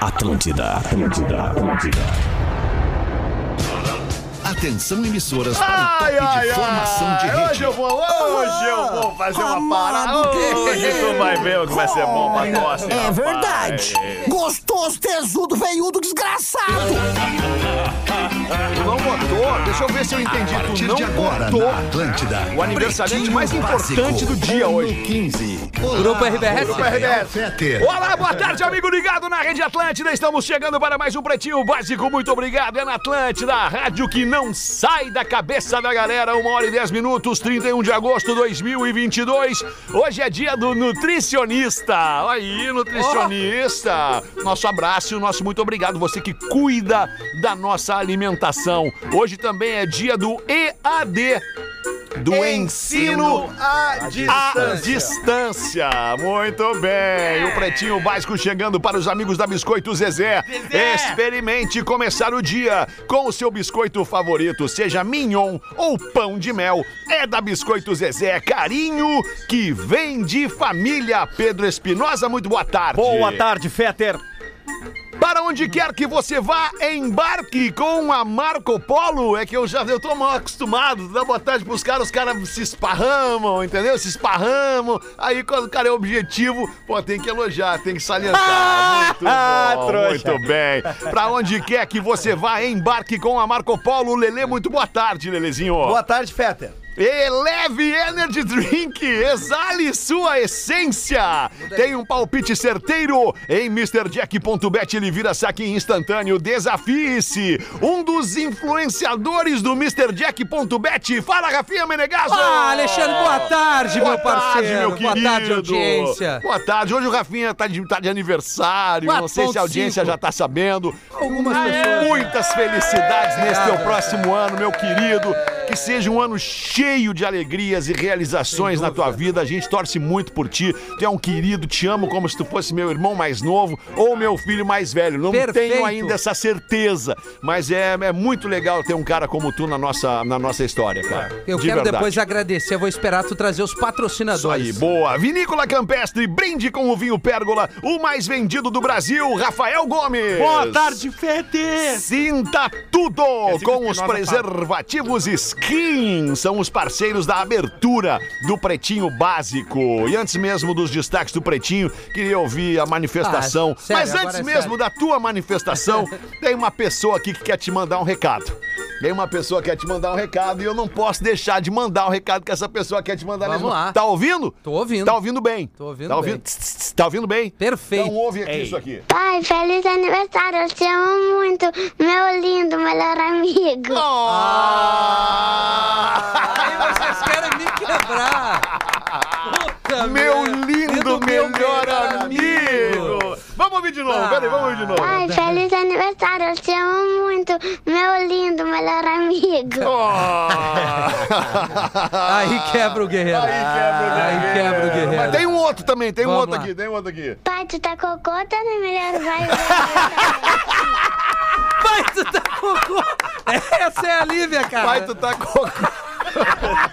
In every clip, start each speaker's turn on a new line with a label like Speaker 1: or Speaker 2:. Speaker 1: Atlântida, Atlântida, Atlântida.
Speaker 2: Atenção, emissoras, para o top de formação de rede.
Speaker 3: Hoje eu vou, hoje eu vou fazer uma parada.
Speaker 4: Amado
Speaker 3: Hoje tu vai ver o que vai ser bom pra nós.
Speaker 4: É
Speaker 3: rapaz.
Speaker 4: verdade. Gostoso, tesudo, veiudo, desgraçado.
Speaker 3: Tu não botou, deixa eu ver se eu
Speaker 2: A
Speaker 3: entendi. Tu
Speaker 2: partir de
Speaker 3: não
Speaker 2: agora,
Speaker 3: botou
Speaker 2: na Atlântida.
Speaker 3: o aniversariante
Speaker 2: Pretinho
Speaker 3: mais
Speaker 2: Básico,
Speaker 3: importante do dia
Speaker 2: ano
Speaker 3: hoje.
Speaker 2: 15.
Speaker 5: Grupo RBS?
Speaker 3: Grupo RBS.
Speaker 2: Fete.
Speaker 3: Olá, boa tarde, amigo ligado na Rede Atlântida. Estamos chegando para mais um Pretinho Básico. Muito obrigado. É na Atlântida, a rádio que não sai da cabeça da galera. Uma hora e dez minutos, 31 de agosto de 2022. Hoje é dia do nutricionista. Olha Aí, nutricionista. Nosso abraço e o nosso muito obrigado. Você que cuida da nossa alimentação. Hoje também é dia do EAD. Do ensino
Speaker 6: à
Speaker 3: à distância. Muito bem. O Pretinho Básico chegando para os amigos da Biscoito Zezé. Experimente começar o dia com o seu biscoito favorito, seja mignon ou pão de mel. É da Biscoito Zezé, carinho que vem de família. Pedro Espinosa, muito boa tarde.
Speaker 6: Boa tarde, Fetter.
Speaker 3: Para onde quer que você vá, embarque com a Marco Polo. É que eu já eu tô mal acostumado. Dá boa tarde pros caras, os caras se esparramam, entendeu? Se esparramam. Aí quando o cara é objetivo, pô, tem que elogiar, tem que salientar. Muito bom,
Speaker 6: trouxa.
Speaker 3: muito bem. Para onde quer que você vá, embarque com a Marco Polo. Lelê, muito boa tarde, Lelezinho.
Speaker 6: Boa tarde, Fetter.
Speaker 3: Eleve Energy Drink, exale sua essência. Tem um palpite certeiro em MrJack.bet, ele vira saque instantâneo. Desafie-se, um dos influenciadores do MrJack.bet. Fala, Rafinha Menegaso.
Speaker 5: Ah, Alexandre, boa tarde,
Speaker 3: Boa
Speaker 5: meu parceiro.
Speaker 3: tarde, meu
Speaker 5: boa tarde,
Speaker 3: querido.
Speaker 5: audiência.
Speaker 3: Boa tarde. Hoje o Rafinha tá de, tá de aniversário. Não sei se a
Speaker 5: 4.5.
Speaker 3: audiência já tá sabendo.
Speaker 5: Algumas
Speaker 3: Ah, é?
Speaker 5: pessoas.
Speaker 3: Muitas felicidades nesse teu
Speaker 5: Obrigado.
Speaker 3: próximo ano, meu querido. Que seja um ano cheio de alegrias e realizações na tua vida. A gente torce muito por ti. Tu é um querido, te amo como se tu fosse meu irmão mais novo ou meu filho mais velho. Não tenho
Speaker 5: Perfeito.
Speaker 3: ainda essa certeza, mas é, é muito legal ter um cara como tu na nossa, na nossa história, cara.
Speaker 5: Eu
Speaker 3: De
Speaker 5: quero
Speaker 3: verdade.
Speaker 5: depois agradecer, vou esperar tu trazer os
Speaker 3: Isso aí,
Speaker 5: patrocinadores.
Speaker 3: boa. Vinícola Campestre, brinde com o vinho Pérgola, o mais vendido do Brasil, Rafael Gomes.
Speaker 6: Boa tarde, Fetter.
Speaker 3: Sinta tudo
Speaker 6: que
Speaker 3: com os
Speaker 6: Espinosa
Speaker 3: preservativos Skin. São os parceiros da abertura do Pretinho Básico. E antes mesmo dos destaques do Pretinho, queria ouvir a manifestação.
Speaker 5: Ah, sério,
Speaker 3: Mas
Speaker 5: agora
Speaker 3: antes
Speaker 5: é
Speaker 3: mesmo
Speaker 5: sério.
Speaker 3: da tua manifestação, tem uma pessoa aqui que quer te mandar um recado. Tem uma pessoa que quer te mandar um recado e eu não posso deixar de mandar um recado que essa pessoa quer te mandar.
Speaker 5: Vamos
Speaker 3: nesse-
Speaker 5: lá.
Speaker 3: Tá ouvindo?
Speaker 5: Tô ouvindo.
Speaker 3: Tá ouvindo bem.
Speaker 5: Tô ouvindo
Speaker 3: tá
Speaker 5: bem.
Speaker 3: ouvindo, Tss, tss, tss, Tá ouvindo bem?
Speaker 5: Perfeito.
Speaker 3: Então ouve aqui isso aqui.
Speaker 7: Pai, feliz aniversário, eu te amo muito, meu lindo melhor amigo.
Speaker 5: Ah! Aí vocês querem me quebrar. Puta
Speaker 3: Meu
Speaker 5: merda.
Speaker 3: lindo
Speaker 5: Lindo meu
Speaker 3: melhor
Speaker 5: melhor
Speaker 3: amigo.
Speaker 5: amigo.
Speaker 3: Vamos ouvir de novo,
Speaker 5: Ah.
Speaker 3: peraí, vamos ouvir de novo.
Speaker 7: Pai, feliz aniversário, eu te amo muito, meu lindo melhor amigo.
Speaker 3: Ah.
Speaker 5: Aí quebra o guerreiro.
Speaker 3: Aí quebra o guerreiro.
Speaker 5: Aí quebra o guerreiro.
Speaker 3: Mas tem um outro também, tem um
Speaker 5: Vamos
Speaker 3: outro
Speaker 5: lá.
Speaker 3: aqui, tem um outro aqui.
Speaker 7: Pai, tu tá cocô, tá no melhor vai.
Speaker 5: Pai, tu tá cocô. Essa é a Lívia, cara.
Speaker 3: Pai, tu tá com.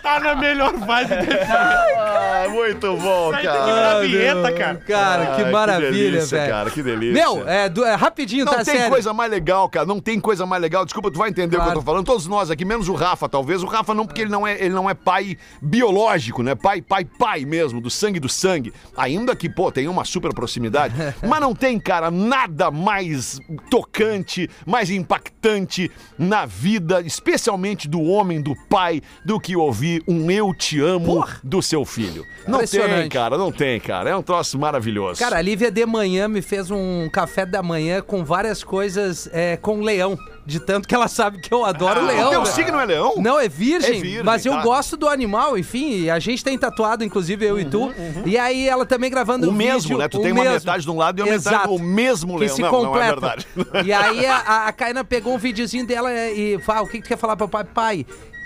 Speaker 6: Tá na melhor vibe desse
Speaker 3: Ah, muito bom, cara.
Speaker 6: na vinheta, cara.
Speaker 5: Cara, que
Speaker 3: Ah,
Speaker 5: maravilha,
Speaker 3: delícia,
Speaker 5: velho.
Speaker 3: cara, que delícia.
Speaker 5: Meu, é, du- é rapidinho,
Speaker 3: Não
Speaker 5: tá
Speaker 3: tem
Speaker 5: sério.
Speaker 3: coisa mais legal, cara. Não tem coisa mais legal. Desculpa, tu vai entender o que
Speaker 5: Claro.
Speaker 3: eu tô falando. Todos nós aqui, menos o Rafa, talvez. O Rafa não, porque ele não é, ele não é pai biológico, né? Pai, pai, pai mesmo, do sangue do sangue. Ainda que, pô, tem uma super proximidade. Mas não tem, cara, nada mais tocante, mais impactante na vida, especialmente do homem, do pai, do que ouvir um eu te amo do seu filho. Não tem,
Speaker 5: Impressionante.
Speaker 3: cara, não tem, cara. É um troço maravilhoso.
Speaker 5: Cara, a Lívia de manhã me fez um café da manhã com várias coisas é, com leão. De tanto que ela sabe que eu adoro
Speaker 3: o
Speaker 5: leão.
Speaker 3: teu
Speaker 5: velho.
Speaker 3: signo é leão?
Speaker 5: Não, é virgem,
Speaker 3: É virgem,
Speaker 5: mas eu
Speaker 3: tá.
Speaker 5: gosto do animal, enfim, e a gente tem tatuado, inclusive eu e
Speaker 3: Uhum,
Speaker 5: tu. E aí ela também gravando
Speaker 3: O
Speaker 5: um
Speaker 3: mesmo,
Speaker 5: vídeo,
Speaker 3: né? Tu
Speaker 5: o
Speaker 3: tem uma
Speaker 5: mesmo.
Speaker 3: metade de um lado e uma metade do- o mesmo
Speaker 5: que
Speaker 3: leão.
Speaker 5: se
Speaker 3: Não, não é
Speaker 5: completa.
Speaker 3: verdade.
Speaker 5: E aí a, a, a Caína pegou um videozinho dela e fala, o que que tu quer falar pro pai? Pai,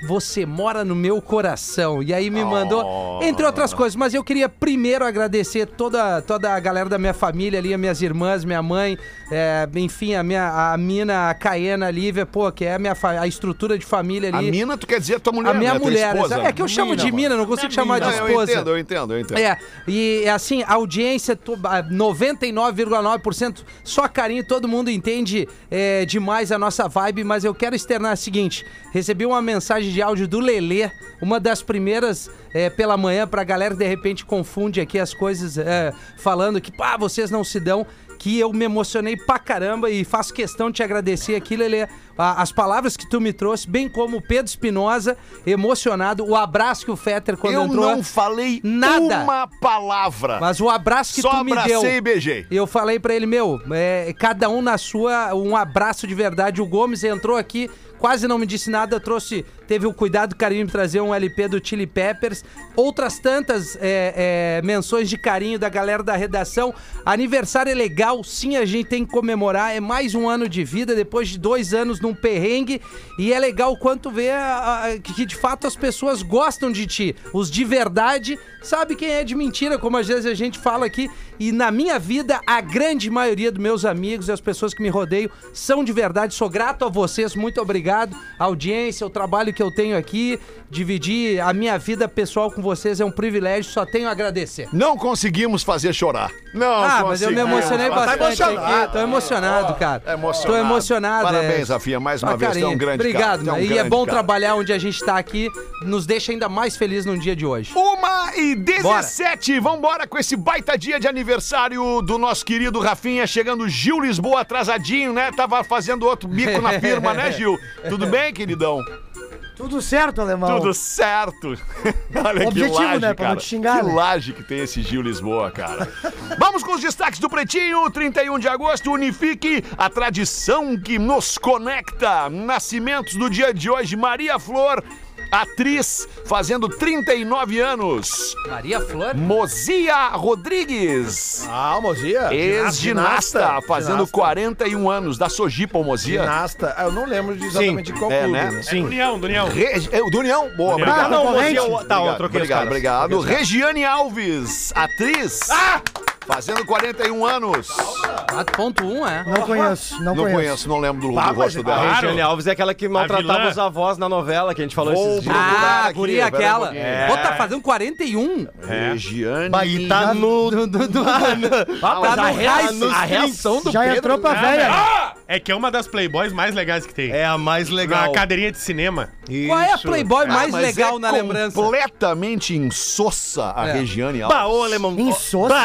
Speaker 5: Você mora no meu coração. E aí me
Speaker 3: Oh.
Speaker 5: mandou, entre outras coisas, mas eu queria primeiro agradecer toda, toda a galera da minha família ali, as minhas irmãs, minha mãe, é, enfim, a minha a mina, a Caena, a Lívia, pô, que é a, minha fa- a estrutura de família
Speaker 3: A
Speaker 5: ali.
Speaker 3: mina, tu quer dizer a tua mulher,
Speaker 5: A minha
Speaker 3: né? Tua
Speaker 5: mulher,
Speaker 3: esposa.
Speaker 5: é que eu chamo de mina, não consigo chamar de
Speaker 3: Não, eu
Speaker 5: esposa.
Speaker 3: entendo, eu entendo, eu entendo.
Speaker 5: É, e assim, a audiência, tu- ah, 99,9%, só carinho, todo mundo entende é, demais a nossa vibe, mas eu quero externar o seguinte: recebi uma mensagem de áudio do Lelê, uma das primeiras é, pela manhã, pra galera que de repente confunde aqui as coisas, é, falando que, pá, vocês não se dão. Que eu me emocionei pra caramba e faço questão de te agradecer aqui, Lelê. a- As palavras que tu me trouxe, bem como o Pedro Espinosa, emocionado, o abraço que o Fetter quando
Speaker 3: eu
Speaker 5: entrou. é,
Speaker 3: não falei
Speaker 5: nada.
Speaker 3: uma palavra.
Speaker 5: Mas o abraço que
Speaker 3: Só
Speaker 5: tu me deu.
Speaker 3: abracei e beijei.
Speaker 5: Eu falei pra ele, meu, é, cada um na sua, um abraço de verdade. O Gomes entrou aqui, quase não me disse nada, trouxe, teve o cuidado, o carinho de trazer um LP do Chili Peppers. Outras tantas é, é, menções de carinho da galera da redação. Aniversário é legal, sim, a gente tem que comemorar. É mais um ano de vida, depois de dois anos num perrengue. E é legal o quanto vê a- a- que de fato as pessoas gostam de ti. Os de verdade sabe quem é de mentira, como às vezes a gente fala aqui. E na minha vida, a grande maioria dos meus amigos e as pessoas que me rodeiam são de verdade. Sou grato a vocês, muito obrigado. A audiência, o trabalho que eu tenho aqui, dividir a minha vida pessoal com vocês é um privilégio, só tenho a agradecer.
Speaker 3: Não conseguimos fazer chorar. Não,
Speaker 5: ah, mas eu me
Speaker 3: conseguimos.
Speaker 5: emocionei
Speaker 3: Mas tá
Speaker 5: bastante
Speaker 3: emocionado.
Speaker 5: aqui. Tô emocionado, cara.
Speaker 3: É emocionado.
Speaker 5: Tô emocionado.
Speaker 3: Parabéns,
Speaker 5: é.
Speaker 3: Rafinha, mais uma
Speaker 5: Ah,
Speaker 3: vez, tu é um
Speaker 5: carinho.
Speaker 3: grande cara,
Speaker 5: Obrigado,
Speaker 3: tu é um
Speaker 5: né? E é
Speaker 3: grande
Speaker 5: bom
Speaker 3: cara.
Speaker 5: trabalhar onde a gente tá aqui. Nos deixa ainda mais felizes num dia de hoje.
Speaker 3: Uma e 17. Vambora com esse baita dia de aniversário do nosso querido Rafinha. Chegando Gil Lisboa atrasadinho, né? Tava fazendo outro bico na firma, né, Gil? Tudo bem, queridão?
Speaker 8: Tudo certo, alemão.
Speaker 3: Tudo certo. Olha
Speaker 8: Objetivo,
Speaker 3: que laje,
Speaker 8: né, pra
Speaker 3: cara.
Speaker 8: não te xingar,
Speaker 3: que
Speaker 8: né?
Speaker 3: laje que tem esse Gil Lisboa, cara. Vamos com os destaques do Pretinho. 31 de agosto, unifique a tradição que nos conecta. Nascimentos do dia de hoje, Maria Flor, atriz, fazendo 39 anos.
Speaker 5: Maria Flor?
Speaker 3: Mozia Rodrigues,
Speaker 6: Ah, Mozia.
Speaker 3: ex-ginasta, fazendo
Speaker 6: Ginasta.
Speaker 3: 41 anos, da Sojipa, o Mozia.
Speaker 6: Ginasta. Ah, eu não lembro de exatamente de qual
Speaker 3: é,
Speaker 6: clube.
Speaker 3: né?
Speaker 6: Sim.
Speaker 9: União, do União.
Speaker 3: Regi- é, o do União? Boa, obrigado.
Speaker 8: Ah, não,
Speaker 9: Mozia,
Speaker 8: concorrente.
Speaker 9: o- tá, eu troquei
Speaker 3: obrigado,
Speaker 9: os caras.
Speaker 3: obrigado. Regiane Alves, atriz. Fazendo 41 anos.
Speaker 5: 4.1, é.
Speaker 8: Não conheço, não,
Speaker 3: Não
Speaker 8: conheço.
Speaker 3: conheço, não lembro do, do
Speaker 6: Ah, mas
Speaker 3: rosto
Speaker 6: é
Speaker 3: dela.
Speaker 6: claro.
Speaker 9: Ah,
Speaker 10: A Regiane Alves é aquela que maltratava
Speaker 9: vilã.
Speaker 10: os avós na novela que a gente falou
Speaker 3: Vou
Speaker 10: esses dias.
Speaker 3: procurar
Speaker 5: Ah,
Speaker 3: um aqui,
Speaker 5: guria
Speaker 3: pera um
Speaker 5: aquela.
Speaker 3: pouquinho.
Speaker 5: Pô, tá fazendo 41?
Speaker 3: Regiane.
Speaker 10: Aí tá no.
Speaker 5: Ah, tá no
Speaker 10: a,
Speaker 5: raiz.
Speaker 10: no- a reação do
Speaker 8: Já
Speaker 10: Pedro
Speaker 8: entrou pra
Speaker 9: Ah,
Speaker 8: velha.
Speaker 9: mas- É que é uma das playboys mais legais que tem.
Speaker 10: é a mais legal.
Speaker 9: Na cadeirinha de cinema.
Speaker 5: Qual é a Playboy mais
Speaker 3: Mas
Speaker 5: legal
Speaker 3: é
Speaker 5: na lembrança?
Speaker 3: Completamente insossa a
Speaker 5: É.
Speaker 3: Regiane Alves.
Speaker 10: Bah, ô, alemão.
Speaker 8: Insossa.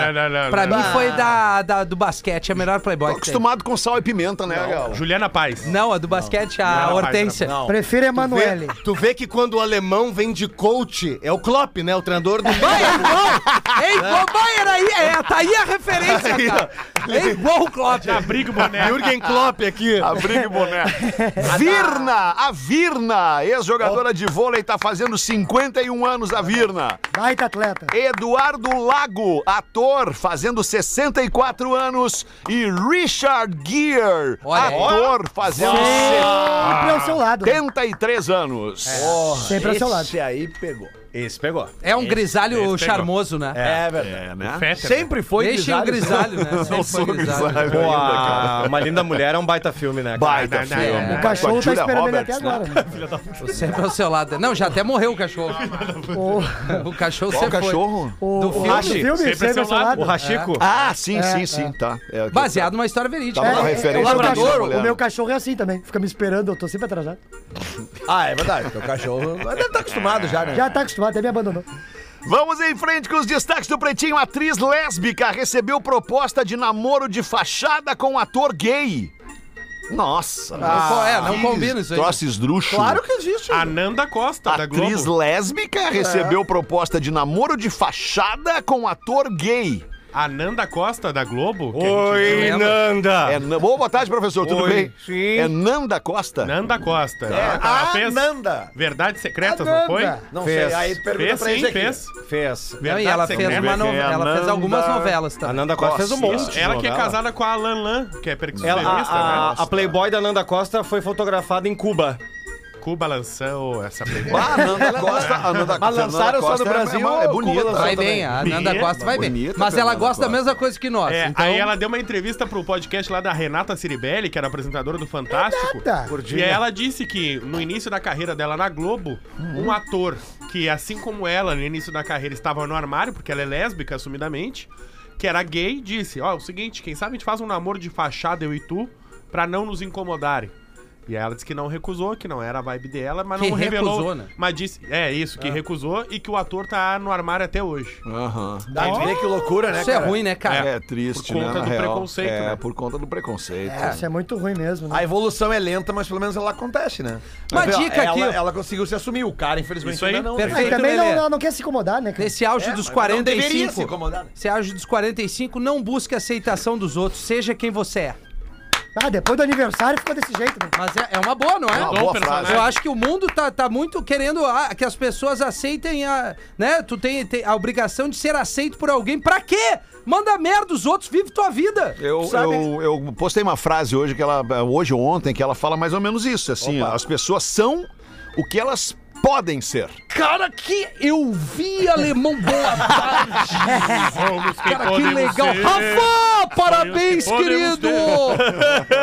Speaker 9: Não, não, não,
Speaker 5: Pra
Speaker 9: não.
Speaker 3: Ah.
Speaker 5: mim foi da, da- do basquete, a melhor
Speaker 3: Tô
Speaker 5: Playboy que tem.
Speaker 3: Tá acostumado com sal e pimenta, né, Gal?
Speaker 9: Juliana Paz.
Speaker 5: Não, a do basquete, a
Speaker 9: Não,
Speaker 5: Hortência.
Speaker 10: Não.
Speaker 8: Prefiro Emanuele.
Speaker 10: Vê- tu vê que quando o alemão vem de coach, é o Klopp, né? O treinador do Bayern.
Speaker 5: É igual, vai, era aí, é, tá aí a referência, cara. É igual o Klopp.
Speaker 9: Abrigo boné.
Speaker 10: Jürgen Klopp aqui.
Speaker 3: Abrigue o boné. Virna, a Virna, ex-jogadora de vôlei, tá fazendo 51 anos a Virna.
Speaker 8: Baita atleta.
Speaker 3: Eduardo Lago, ator, fazendo 64 anos. E Richard Gere,
Speaker 5: Olha aí.
Speaker 3: ator, fazendo
Speaker 8: Sempre ao seu lado.
Speaker 3: Ah, 73 anos.
Speaker 8: Sempre ao seu lado.
Speaker 6: Esse aí pegou.
Speaker 10: Esse pegou.
Speaker 5: É um grisalho
Speaker 9: esse pegou.
Speaker 5: charmoso, né?
Speaker 10: É, verdade.
Speaker 3: É, né?
Speaker 9: Fetter.
Speaker 10: Sempre foi
Speaker 5: Deixa o grisalho, né? Sempre
Speaker 3: Não
Speaker 5: foi
Speaker 3: sou grisalho
Speaker 10: Pô,
Speaker 3: ainda, cara.
Speaker 10: a Uma Linda Mulher é um baita filme, né? cara?
Speaker 3: Baita
Speaker 9: Não, não,
Speaker 3: filme.
Speaker 9: não,
Speaker 3: Com
Speaker 8: O
Speaker 3: a
Speaker 8: cachorro tá
Speaker 3: Julia
Speaker 8: esperando ele até
Speaker 3: Roberts, né?
Speaker 8: agora.
Speaker 5: Sempre ao seu lado. Não, já até morreu o cachorro. O cachorro
Speaker 3: Qual
Speaker 5: sempre foi.
Speaker 3: cachorro?
Speaker 8: O,
Speaker 5: Do
Speaker 8: o
Speaker 5: filme?
Speaker 8: Rashi, filme,
Speaker 9: Sempre
Speaker 8: sempre ao seu lado.
Speaker 10: O Rachico.
Speaker 3: Ah, sim, sim, sim, tá. É, aqui.
Speaker 5: Baseado numa história verídica. um
Speaker 3: Tá
Speaker 8: É,
Speaker 3: uma
Speaker 8: é,
Speaker 3: referência
Speaker 8: o, meu
Speaker 3: pra
Speaker 8: cachorro,
Speaker 3: mulher.
Speaker 8: o meu cachorro é assim também. Fica me esperando, eu tô sempre atrasado.
Speaker 6: Ah, é verdade. Teu cachorro. Mas Deve estar acostumado já, né?
Speaker 8: Já tá acostumado, até me abandonou.
Speaker 3: Vamos em frente com os destaques do Pretinho. Atriz lésbica recebeu proposta de namoro de fachada com um ator gay. Nossa.
Speaker 5: co- é, não combina isso aí.
Speaker 3: Troço esdrúxulo.
Speaker 6: Claro que existe.
Speaker 9: Ananda Costa, da
Speaker 3: Atriz
Speaker 9: Globo.
Speaker 3: lésbica recebeu proposta de namoro de fachada com um ator gay.
Speaker 9: Ananda Costa, da Globo. que é a gente-
Speaker 10: Oi, Nanda.
Speaker 9: Ah.
Speaker 3: É, Nan- Boa, boa tarde, professor, tudo
Speaker 10: Oi,
Speaker 3: bem?
Speaker 10: sim.
Speaker 3: É Nanda Costa?
Speaker 9: Nanda Costa.
Speaker 10: É.
Speaker 6: Ah, Nanda.
Speaker 9: Verdades Secretas, não foi?
Speaker 6: Não
Speaker 10: Fez.
Speaker 6: sei, aí pergunta
Speaker 9: Fez,
Speaker 6: pra
Speaker 9: sim,
Speaker 6: ele.
Speaker 9: fez.
Speaker 10: Fez.
Speaker 5: Não,
Speaker 9: Verdades
Speaker 5: e ela fez,
Speaker 9: Secretas.
Speaker 5: uma
Speaker 3: Vamos
Speaker 5: no-
Speaker 3: ver quem é
Speaker 5: ela fez
Speaker 3: Ananda.
Speaker 5: algumas novelas
Speaker 10: A
Speaker 5: também.
Speaker 10: Nanda Costa fez um monte. de
Speaker 9: Ela que é
Speaker 10: novela.
Speaker 9: casada com a Alan Lan, que é
Speaker 10: Ela,
Speaker 9: percussionista,
Speaker 10: a, a-
Speaker 9: né?
Speaker 10: a Playboy da Nanda Costa foi fotografada em Cuba.
Speaker 9: cu balançou Ah. essa pegada.
Speaker 3: Ah, a Nanda Costa, a Nanda
Speaker 10: Balançaram
Speaker 3: Fernanda
Speaker 10: só no
Speaker 3: Costa é-
Speaker 10: Brasil,
Speaker 3: é, uma- é
Speaker 10: o cu
Speaker 3: bonita.
Speaker 10: balançou
Speaker 5: Vai
Speaker 10: também.
Speaker 5: bem, a Nanda
Speaker 9: Bonita,
Speaker 5: Costa vai bem.
Speaker 3: bonita,
Speaker 5: Mas ela
Speaker 3: Fernanda
Speaker 5: gosta da
Speaker 3: Costa.
Speaker 5: mesma coisa que nós.
Speaker 9: É,
Speaker 5: então-
Speaker 9: Aí ela deu uma entrevista pro podcast lá da Renata Ciribelli, que era apresentadora do Fantástico.
Speaker 8: Tá.
Speaker 9: E aí ela disse que no início da carreira dela na Globo,
Speaker 5: Uhum.
Speaker 9: um ator que, assim como ela, no início da carreira estava no armário, porque ela é lésbica, assumidamente, que era gay, disse: Ó, é o seguinte, quem sabe a gente faz um namoro de fachada, eu e tu, pra não nos incomodarem. E aí ela disse que não recusou, que não era a vibe dela, mas
Speaker 5: Que
Speaker 9: não revelou.
Speaker 5: recusou, né?
Speaker 9: Mas disse, é isso, que recusou e que o ator tá no armário até hoje.
Speaker 3: Aham.
Speaker 10: Dá de ver que loucura, né,
Speaker 5: Isso é
Speaker 10: cara?
Speaker 5: ruim, né, cara?
Speaker 3: É triste,
Speaker 9: Por
Speaker 3: né?
Speaker 9: conta
Speaker 3: na
Speaker 9: do
Speaker 3: real.
Speaker 9: preconceito,
Speaker 3: É,
Speaker 9: né?
Speaker 3: por conta do preconceito.
Speaker 8: É, isso é muito ruim mesmo, né?
Speaker 10: A evolução é lenta, mas pelo menos ela acontece, né?
Speaker 5: Uma
Speaker 10: Ela-
Speaker 5: dica
Speaker 10: ela,
Speaker 5: aqui, ó.
Speaker 10: Ela conseguiu se assumir, o cara, infelizmente,
Speaker 9: Isso aí.
Speaker 10: ainda É, não. né?
Speaker 5: Perfeito.
Speaker 8: Ah, e também
Speaker 5: Lelê.
Speaker 8: não, não, não quer se incomodar, né? cara?
Speaker 5: Nesse auge dos
Speaker 10: mas não deveria se
Speaker 5: 45.
Speaker 10: incomodar.
Speaker 5: Esse auge dos 45, não busque a aceitação dos outros, seja quem você é.
Speaker 8: Ah, depois do aniversário ficou desse jeito, né?
Speaker 5: Mas é, é uma boa, não é?
Speaker 3: Uma
Speaker 9: Mudou o
Speaker 3: boa frase.
Speaker 9: personagem.
Speaker 5: Eu acho que o mundo tá, tá muito querendo ah, que as pessoas aceitem a. né? Tu tem, tem a obrigação de ser aceito por alguém. Pra quê? Manda merda os outros, vive tua vida.
Speaker 3: Eu,
Speaker 10: Sabe-
Speaker 3: eu, eu postei uma frase hoje que ela. Hoje ou ontem, que ela fala mais ou menos isso. Assim, as pessoas são o que elas podem ser.
Speaker 5: Cara, que eu vi alemão boa tarde.
Speaker 9: Vamos, quem
Speaker 5: Cara, que
Speaker 9: podemos
Speaker 5: legal.
Speaker 9: ser.
Speaker 5: Rafa, parabéns,
Speaker 9: que podemos
Speaker 5: querido.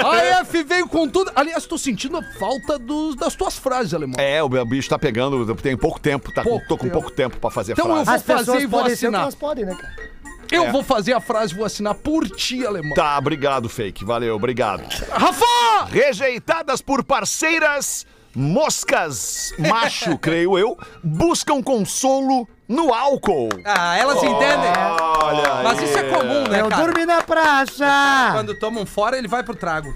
Speaker 5: A F veio com tudo. Aliás, tô sentindo a falta dos, das tuas frases, alemão.
Speaker 3: É, o meu bicho tá pegando, tem pouco tempo, tá, com-
Speaker 5: Pouco
Speaker 3: tô com
Speaker 5: tempo.
Speaker 3: pouco tempo pra fazer
Speaker 5: Então eu
Speaker 3: frase.
Speaker 5: vou
Speaker 8: As
Speaker 5: fazer
Speaker 8: pessoas
Speaker 5: e vou
Speaker 8: podem ser o que
Speaker 5: assinar.
Speaker 8: elas podem, né, cara?
Speaker 9: É,
Speaker 5: Eu vou fazer a frase, vou assinar por ti, alemão.
Speaker 3: Tá, obrigado, fake. Valeu, obrigado.
Speaker 5: Rafa!
Speaker 3: Rejeitadas por parceiras, moscas, macho, creio eu, buscam consolo no álcool.
Speaker 5: Ah, elas se entendem.
Speaker 3: Olha
Speaker 5: Mas
Speaker 3: aí.
Speaker 5: isso é comum, né,
Speaker 8: Eu
Speaker 5: cara?
Speaker 8: dormi na praça!
Speaker 5: Quando tomam fora, ele vai pro trago.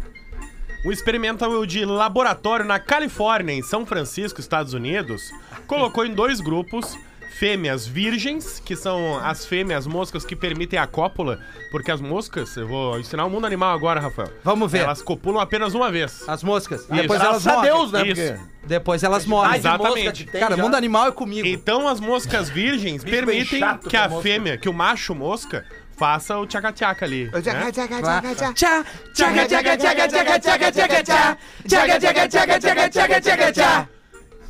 Speaker 9: Um experimental de laboratório na Califórnia, em São Francisco, Estados Unidos, colocou em dois grupos fêmeas virgens, que são as fêmeas moscas que permitem a cópula, porque as moscas, eu vou ensinar o mundo animal agora, Rafael.
Speaker 5: Vamos ver.
Speaker 9: Elas copulam apenas uma vez.
Speaker 5: As moscas.
Speaker 9: Isso.
Speaker 5: Depois elas
Speaker 10: Graças a
Speaker 5: morrem.
Speaker 10: Deus, né?
Speaker 9: Isso.
Speaker 10: Porque...
Speaker 5: Depois elas morrem.
Speaker 9: Ai, de mosca que
Speaker 5: Exatamente.
Speaker 10: tem
Speaker 5: Cara,
Speaker 10: já.
Speaker 5: mundo animal é comigo.
Speaker 9: Então as moscas virgens
Speaker 10: Bicho bem
Speaker 9: permitem
Speaker 10: chato
Speaker 9: que
Speaker 10: com
Speaker 9: a
Speaker 10: a mosca.
Speaker 9: fêmea, que o macho mosca, faça o tchaca-tchaca ali.
Speaker 5: Tchá,
Speaker 9: né?
Speaker 5: tchá, tchaca, tchaca, tchaca, tchaca, tchaca, tchaca, tchá. Tchaca, tchaca, tchaca, tchaca, tchaca, tchaca, tchá.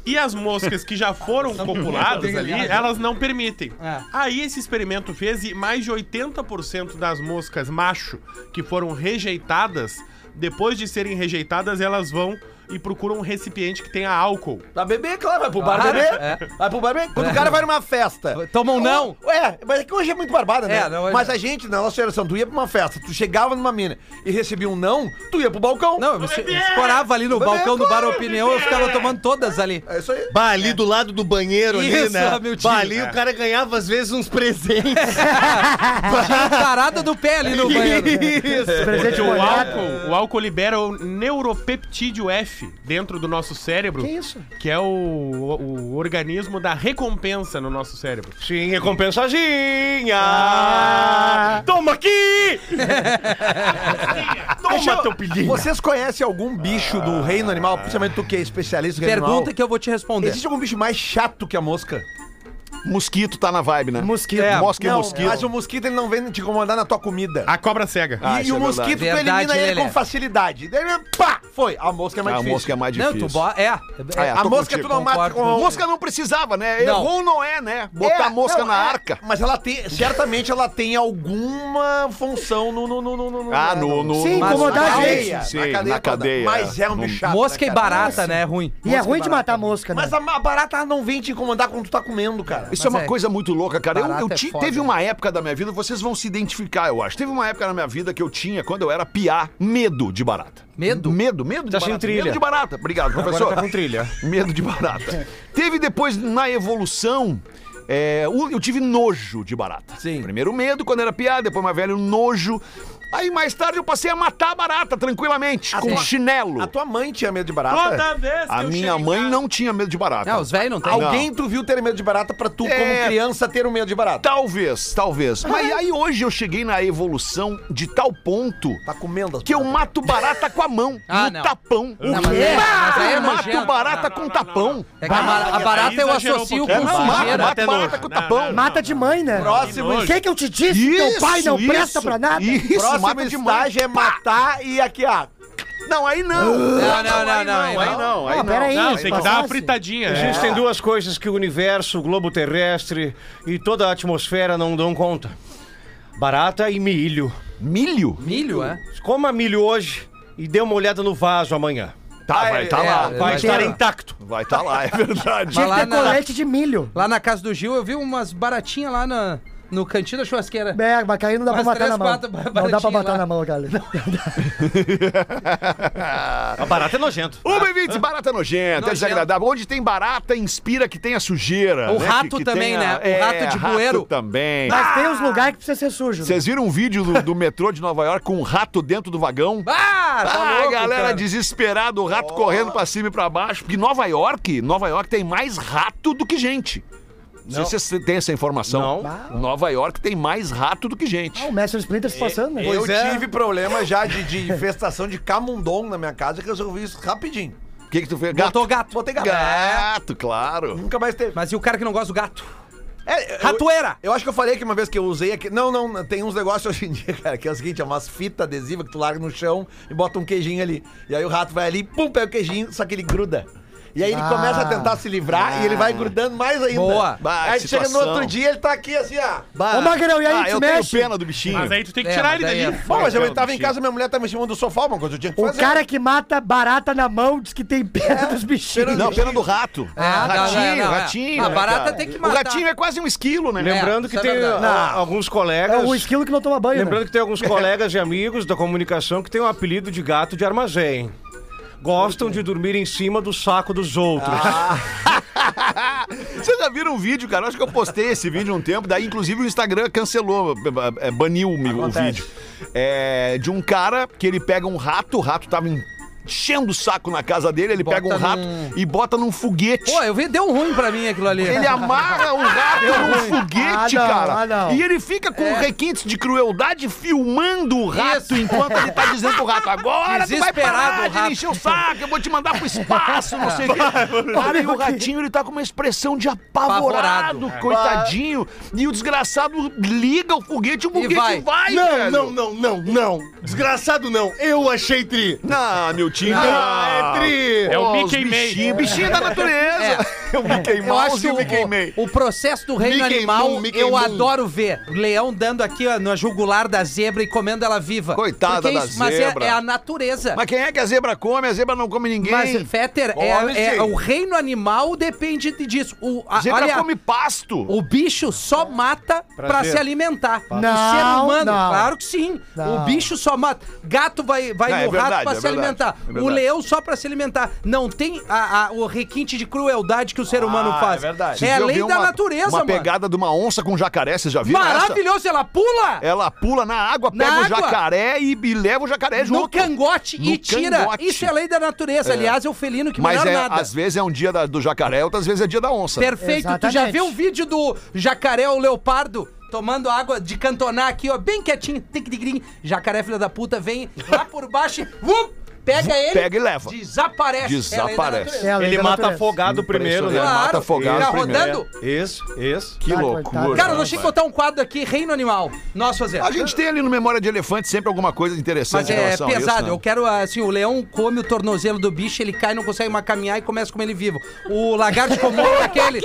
Speaker 9: E as moscas que já foram copuladas ali, elas não permitem.
Speaker 5: tá É.
Speaker 9: Aí esse experimento fez e mais de 80% das moscas macho que foram rejeitadas, depois de serem rejeitadas, elas vão e procuram um recipiente que tenha álcool.
Speaker 10: Pra beber, claro, vai pro bar
Speaker 5: Claro,
Speaker 10: beber.
Speaker 5: é.
Speaker 10: Vai pro bar beber. Quando o cara vai numa festa.
Speaker 5: Tomam um não.
Speaker 10: É, mas é que hoje é muito barbada, né?
Speaker 5: É, não, hoje
Speaker 10: mas
Speaker 5: é.
Speaker 10: a gente, na nossa geração, tu ia pra uma festa, tu chegava numa mina e recebia um não, tu ia pro balcão.
Speaker 5: Não, você escorava ali no
Speaker 10: Beber,
Speaker 5: balcão do Bar
Speaker 10: claro,
Speaker 5: Opinião, eu ficava tomando todas ali.
Speaker 10: É isso aí.
Speaker 11: Bah, ali do lado do banheiro ali,
Speaker 5: Isso,
Speaker 11: né?
Speaker 5: meu tio.
Speaker 11: Bah, ali
Speaker 9: É.
Speaker 11: o cara ganhava às vezes uns presentes.
Speaker 5: Parada do pé ali no banheiro.
Speaker 8: Presente
Speaker 9: Porque o
Speaker 8: molhado.
Speaker 9: álcool, o álcool libera o neuropeptídeo F dentro do nosso cérebro,
Speaker 8: Que
Speaker 9: que,
Speaker 8: isso?
Speaker 9: é o, o- o organismo da recompensa no nosso cérebro.
Speaker 11: Sim,
Speaker 10: Ah.
Speaker 11: recompensadinha! Toma aqui!
Speaker 10: Deixa eu-
Speaker 11: Toma teu pedido!
Speaker 10: Vocês conhecem algum bicho do reino animal, principalmente tu que é especialista em reino animal?
Speaker 5: Pergunta que eu vou te responder.
Speaker 10: Existe algum bicho mais chato
Speaker 11: é
Speaker 10: que a mosca?
Speaker 3: Mosquito tá na vibe, né?
Speaker 8: Mosquito.
Speaker 3: É, mosca e mosquito.
Speaker 10: mas o mosquito ele não vem te incomodar na tua comida.
Speaker 9: A cobra cega.
Speaker 3: Ah,
Speaker 10: e
Speaker 3: isso
Speaker 10: e o
Speaker 3: é
Speaker 10: mosquito tu
Speaker 5: verdade.
Speaker 10: elimina
Speaker 5: Verdade,
Speaker 10: ele
Speaker 5: Lelé.
Speaker 10: com facilidade. Daí, pá, foi. A mosca é mais
Speaker 3: a
Speaker 10: difícil.
Speaker 3: mosca é mais
Speaker 5: Não,
Speaker 3: difícil.
Speaker 5: tu bota. É.
Speaker 3: Ah, é,
Speaker 10: A
Speaker 3: tô
Speaker 10: mosca
Speaker 3: contigo.
Speaker 10: tu não mata com
Speaker 5: Concordo.
Speaker 3: Mosca não precisava, né?
Speaker 5: Não.
Speaker 3: Errou não é, né? Botar
Speaker 10: É,
Speaker 3: a mosca
Speaker 10: não,
Speaker 3: na
Speaker 10: é,
Speaker 3: arca.
Speaker 10: Mas ela tem, certamente ela tem alguma função no. no, no, no, no
Speaker 3: Ah, no... no
Speaker 8: Sim,
Speaker 3: no- na
Speaker 8: incomodar a gente.
Speaker 3: cadeia, Sim,
Speaker 10: na cadeia.
Speaker 3: na
Speaker 10: toda.
Speaker 3: cadeia.
Speaker 10: Mas é um
Speaker 3: No-
Speaker 10: bicho chato.
Speaker 5: Mosca
Speaker 10: né,
Speaker 5: e
Speaker 10: cara?
Speaker 5: barata, né? É ruim.
Speaker 8: E é ruim de matar a mosca, né?
Speaker 10: Mas a, Tá, a barata ela não vem te incomodar quando tu tá comendo, cara.
Speaker 3: Isso
Speaker 5: Mas
Speaker 3: é uma
Speaker 5: é-
Speaker 3: coisa muito louca, cara. Eu,
Speaker 5: Barata
Speaker 3: eu
Speaker 5: é
Speaker 3: ti-
Speaker 5: foda.
Speaker 3: teve uma época da minha vida, vocês vão se identificar, eu acho. Teve uma época na minha vida que eu tinha, quando eu era piá, medo de barata.
Speaker 5: Medo?
Speaker 3: Medo, medo de
Speaker 11: Tá sem
Speaker 3: barata.
Speaker 11: trilha.
Speaker 3: Medo de barata. Obrigado, professor.
Speaker 11: tá com trilha.
Speaker 3: Medo de barata. teve depois, na evolução. é, o- eu tive nojo de barata.
Speaker 10: Sim.
Speaker 3: Primeiro medo quando era piá, depois mais velho nojo. Aí mais tarde eu passei a matar a barata tranquilamente, com chinelo.
Speaker 10: A tua mãe tinha medo de barata?
Speaker 9: Toda vez que
Speaker 3: A
Speaker 9: eu
Speaker 3: minha
Speaker 9: chego em
Speaker 3: mãe
Speaker 9: casa-
Speaker 3: não tinha medo de barata.
Speaker 5: Não, os velhos não tem.
Speaker 10: Alguém tu viu ter medo de barata pra tu, como
Speaker 3: É.
Speaker 10: criança, ter um medo de barata?
Speaker 3: Talvez, talvez. Mas aí hoje eu cheguei na evolução de tal ponto
Speaker 10: Tá comendo as
Speaker 3: que eu
Speaker 10: baratas.
Speaker 3: mato barata com a mão,
Speaker 5: Ah,
Speaker 3: no
Speaker 5: não.
Speaker 3: tapão.
Speaker 5: Não, mas é- mas aí é
Speaker 3: eu mato
Speaker 5: nojento.
Speaker 3: barata com tapão.
Speaker 5: É que a, ba- a barata eu
Speaker 9: exagerou
Speaker 5: associo
Speaker 9: um pouquinho.
Speaker 5: com
Speaker 9: Não,
Speaker 3: mato,
Speaker 5: sujeira.
Speaker 3: mato
Speaker 9: é
Speaker 3: barata
Speaker 9: nojo.
Speaker 3: com
Speaker 9: Não,
Speaker 3: tapão.
Speaker 9: não, não.
Speaker 8: Mata de mãe, né?
Speaker 10: Próximo.
Speaker 8: O que que eu te disse? Teu pai não presta pra nada?
Speaker 3: Isso,
Speaker 10: Próximo
Speaker 3: mata de
Speaker 10: estágio
Speaker 3: mãe.
Speaker 10: é matar e aqui, ó.
Speaker 2: Não, aí não.
Speaker 5: Não, não, não, não, aí
Speaker 2: Aí
Speaker 5: não.
Speaker 2: não, aí
Speaker 9: Ó,
Speaker 2: não.
Speaker 9: peraí,
Speaker 2: Não,
Speaker 9: tem que dar
Speaker 8: assim.
Speaker 9: uma fritadinha.
Speaker 10: Existem
Speaker 9: É.
Speaker 10: duas coisas que o universo, o globo terrestre e toda a atmosfera não dão conta: barata e milho.
Speaker 3: Milho?
Speaker 5: Milho, é?
Speaker 10: Coma milho hoje e dê uma olhada no vaso amanhã.
Speaker 3: Tá,
Speaker 10: Ah,
Speaker 3: vai
Speaker 10: é,
Speaker 3: tá
Speaker 10: é,
Speaker 3: lá.
Speaker 10: Vai, estar
Speaker 3: tá lá.
Speaker 10: intacto.
Speaker 3: Vai estar tá lá, é verdade.
Speaker 5: Tinha que ter colete
Speaker 8: de milho.
Speaker 5: Lá na casa do Gil, eu vi umas baratinhas lá na, no cantinho da churrasqueira.
Speaker 8: É, mas cair não dá
Speaker 5: Umas
Speaker 8: pra matar
Speaker 5: três,
Speaker 8: na mão.
Speaker 5: quatro ba-
Speaker 8: não dá pra
Speaker 5: baratinhas
Speaker 8: matar
Speaker 5: lá.
Speaker 8: na mão, cara.
Speaker 3: A
Speaker 10: barata é nojento.
Speaker 3: Uma e vinte, barata é nojenta, é desagradável. Onde tem barata, inspira que tenha sujeira.
Speaker 5: O
Speaker 3: né?
Speaker 5: rato
Speaker 3: Que- que
Speaker 5: também,
Speaker 3: tenha-
Speaker 5: né? O
Speaker 3: É,
Speaker 5: rato de bueiro.
Speaker 3: também.
Speaker 8: Mas tem uns lugares que precisa ser sujo. né?
Speaker 3: Vocês viram um vídeo do, do metrô de Nova York com um rato dentro do vagão?
Speaker 5: Ah, tá
Speaker 3: a
Speaker 5: louco,
Speaker 3: galera
Speaker 5: cara.
Speaker 3: desesperada, o rato correndo pra cima e pra baixo. Porque Nova York, Nova York tem mais rato do que gente. Não sei se vocês têm essa informação. Nova York tem mais rato do que gente.
Speaker 8: Ah, o Mestre Splinter se passando, né?
Speaker 2: Eu tive problema já de, de infestação de camundongo na minha casa que eu resolvi isso rapidinho.
Speaker 3: O que, que tu fez?
Speaker 5: Botou gato.
Speaker 2: Botei gato. É,
Speaker 3: Gato, claro.
Speaker 2: Nunca mais teve.
Speaker 5: Mas e o cara que não gosta do gato?
Speaker 2: É, eu-
Speaker 5: Ratoeira!
Speaker 2: Eu, acho que eu falei que uma vez que eu usei aqui. Não, não, tem uns negócios hoje em dia, cara, que é o seguinte: é umas fitas adesivas que tu larga no chão e bota um queijinho ali. E aí o rato vai ali, e pum, pega o queijinho, só que ele gruda. E aí ele
Speaker 8: Ah.
Speaker 2: começa a tentar se livrar e ele vai grudando mais ainda.
Speaker 5: Ah. Boa.
Speaker 3: Bah,
Speaker 2: aí
Speaker 3: que
Speaker 2: chega no
Speaker 3: situação.
Speaker 2: outro dia ele tá aqui assim, ó.
Speaker 8: Ô, Magrão, e aí
Speaker 3: Ah,
Speaker 8: te
Speaker 3: eu tenho
Speaker 8: mexe?
Speaker 3: pena do bichinho.
Speaker 9: Mas aí tu tem que
Speaker 5: É,
Speaker 9: tirar
Speaker 5: mas
Speaker 9: ele
Speaker 5: aí
Speaker 9: dali.
Speaker 5: é
Speaker 2: Bom, mas eu
Speaker 9: Pô,
Speaker 2: tava em
Speaker 9: bichinho.
Speaker 2: casa, minha mulher tava em cima do sofá, uma coisa eu tinha que
Speaker 8: O
Speaker 2: fazer. um-
Speaker 8: cara que mata barata na mão diz que tem pena dos bichinhos.
Speaker 3: Não, pena do rato.
Speaker 5: Ah, não,
Speaker 3: ratinho,
Speaker 5: não, não, é.
Speaker 3: ratinho.
Speaker 5: A
Speaker 3: né,
Speaker 5: barata
Speaker 3: cara?
Speaker 5: tem que
Speaker 3: O
Speaker 5: matar.
Speaker 3: ratinho é quase um esquilo, né?
Speaker 10: Lembrando
Speaker 5: É,
Speaker 10: que
Speaker 5: isso é
Speaker 10: tem
Speaker 5: verdade.
Speaker 10: ah, alguns
Speaker 8: É
Speaker 10: colegas.
Speaker 8: o esquilo que não toma banho.
Speaker 10: Lembrando
Speaker 8: né?
Speaker 10: que tem alguns colegas e amigos da comunicação que têm o apelido de gato de armazém. Gostam de dormir em cima do saco dos outros.
Speaker 3: Vocês já viram um vídeo, cara? Eu Acho que eu postei esse vídeo há um tempo, daí inclusive o Instagram cancelou, b- b- é, baniu o o vídeo. É, de um cara que ele pega um rato, o rato tava enchendo o saco na casa dele, ele pega um
Speaker 5: Bota
Speaker 3: rato
Speaker 5: num-
Speaker 3: e bota num foguete.
Speaker 5: Pô, eu vi, deu ruim pra mim aquilo ali.
Speaker 3: Ele é amarra o rato num foguete,
Speaker 8: Ah, não,
Speaker 3: cara.
Speaker 8: ah, não.
Speaker 3: E ele fica com requintes de crueldade filmando o rato
Speaker 5: Isso.
Speaker 3: enquanto ele tá dizendo pro rato: agora tu vai
Speaker 5: Desesperado o
Speaker 3: parar de
Speaker 5: rato.
Speaker 3: me encher o saco, eu vou te mandar pro espaço, não sei o quê. Para e o ratinho, ele tá com uma expressão de apavorado,
Speaker 5: Apavorado.
Speaker 3: coitadinho. E o desgraçado liga o foguete e o foguete vai,
Speaker 5: vai.
Speaker 3: velho.
Speaker 12: Não, não, não, não, não. Desgraçado não. Eu achei tri.
Speaker 3: Não, Niltinho.
Speaker 12: Ah, é tri.
Speaker 9: É o
Speaker 3: Ó, os
Speaker 9: Mickey Mouse.
Speaker 3: bichinhos, bichinho da natureza. Eu me
Speaker 5: Eu
Speaker 3: queimei,
Speaker 5: acho
Speaker 3: eu me queimei.
Speaker 5: que o, o processo do reino
Speaker 12: Mickey
Speaker 5: animal
Speaker 12: Moon, Mickey
Speaker 5: eu
Speaker 12: Moon.
Speaker 5: adoro ver. O leão dando aqui ó, na jugular da zebra e comendo ela viva.
Speaker 3: Coitada
Speaker 5: Porque
Speaker 3: da
Speaker 5: Mas
Speaker 3: zebra.
Speaker 5: é, é a natureza.
Speaker 3: Mas quem é que a zebra come? A zebra não come ninguém.
Speaker 5: Mas, Fetter,
Speaker 2: Come,
Speaker 5: é, é-
Speaker 2: sim.
Speaker 5: o reino animal depende disso. O, a,
Speaker 3: a zebra
Speaker 5: olha,
Speaker 3: come pasto.
Speaker 5: o bicho só mata pra
Speaker 10: Prazer.
Speaker 5: se alimentar. o
Speaker 8: Não,
Speaker 5: ser humano,
Speaker 8: não.
Speaker 5: claro que sim.
Speaker 8: Não.
Speaker 5: O bicho só mata. Gato vai, vai
Speaker 3: Não, é
Speaker 5: no
Speaker 3: verdade,
Speaker 5: rato pra
Speaker 3: é
Speaker 5: se
Speaker 3: verdade,
Speaker 5: alimentar.
Speaker 3: é
Speaker 5: o
Speaker 3: verdade.
Speaker 5: leão só pra se alimentar. Não tem a- a- o requinte de crueldade que o
Speaker 3: Ah,
Speaker 5: ser humano faz.
Speaker 2: verdade.
Speaker 5: É a
Speaker 3: Eu vi
Speaker 5: lei da
Speaker 3: uma-
Speaker 5: natureza,
Speaker 3: Uma
Speaker 5: mano.
Speaker 3: pegada de uma onça com jacaré, vocês já viram essa?
Speaker 5: Maravilhoso, ela pula
Speaker 3: Ela pula na água,
Speaker 5: Na
Speaker 3: pega o
Speaker 5: água?
Speaker 3: jacaré e, e leva o jacaré junto.
Speaker 5: no cangote
Speaker 3: No
Speaker 5: e tira.
Speaker 3: cangote.
Speaker 5: Isso é a lei da natureza. Aliás, é o felino que
Speaker 3: Mas
Speaker 5: melhor
Speaker 3: é,
Speaker 5: nada.
Speaker 3: às vezes é um dia da- do jacaré, outras vezes é dia da onça.
Speaker 5: Perfeito. Tu já
Speaker 8: Exatamente.
Speaker 5: viu o vídeo do jacaré ou leopardo tomando água de cantonar aqui, ó, bem quietinho, tic tic tic. Jacaré, filha da puta, vem lá por baixo e vup, pega ele.
Speaker 3: pega e leva.
Speaker 5: Desaparece. É a lei da
Speaker 3: Desaparece.
Speaker 5: natureza.
Speaker 8: É a lei
Speaker 10: Ele
Speaker 8: da
Speaker 10: mata
Speaker 8: natureza.
Speaker 10: afogado primeiro, né?
Speaker 3: Ele mata
Speaker 5: Claro.
Speaker 3: afogado
Speaker 12: tá
Speaker 5: Fica
Speaker 3: primeiro.
Speaker 5: rodando.
Speaker 10: Esse, esse.
Speaker 3: Que
Speaker 8: Ah,
Speaker 3: loucura.
Speaker 8: coitado.
Speaker 5: Cara, nós tínhamos que botar um quadro aqui, Reino Animal. Nós fazemos.
Speaker 3: A gente tem ali no Memória de Elefante sempre alguma coisa interessante
Speaker 5: Mas
Speaker 3: em
Speaker 5: é
Speaker 3: relação a isso,
Speaker 5: pesado.
Speaker 3: né?
Speaker 5: Eu quero, assim, o leão come o tornozelo do bicho, ele cai, não consegue mais caminhar e começa a comer ele vivo. O lagarto comum é aquele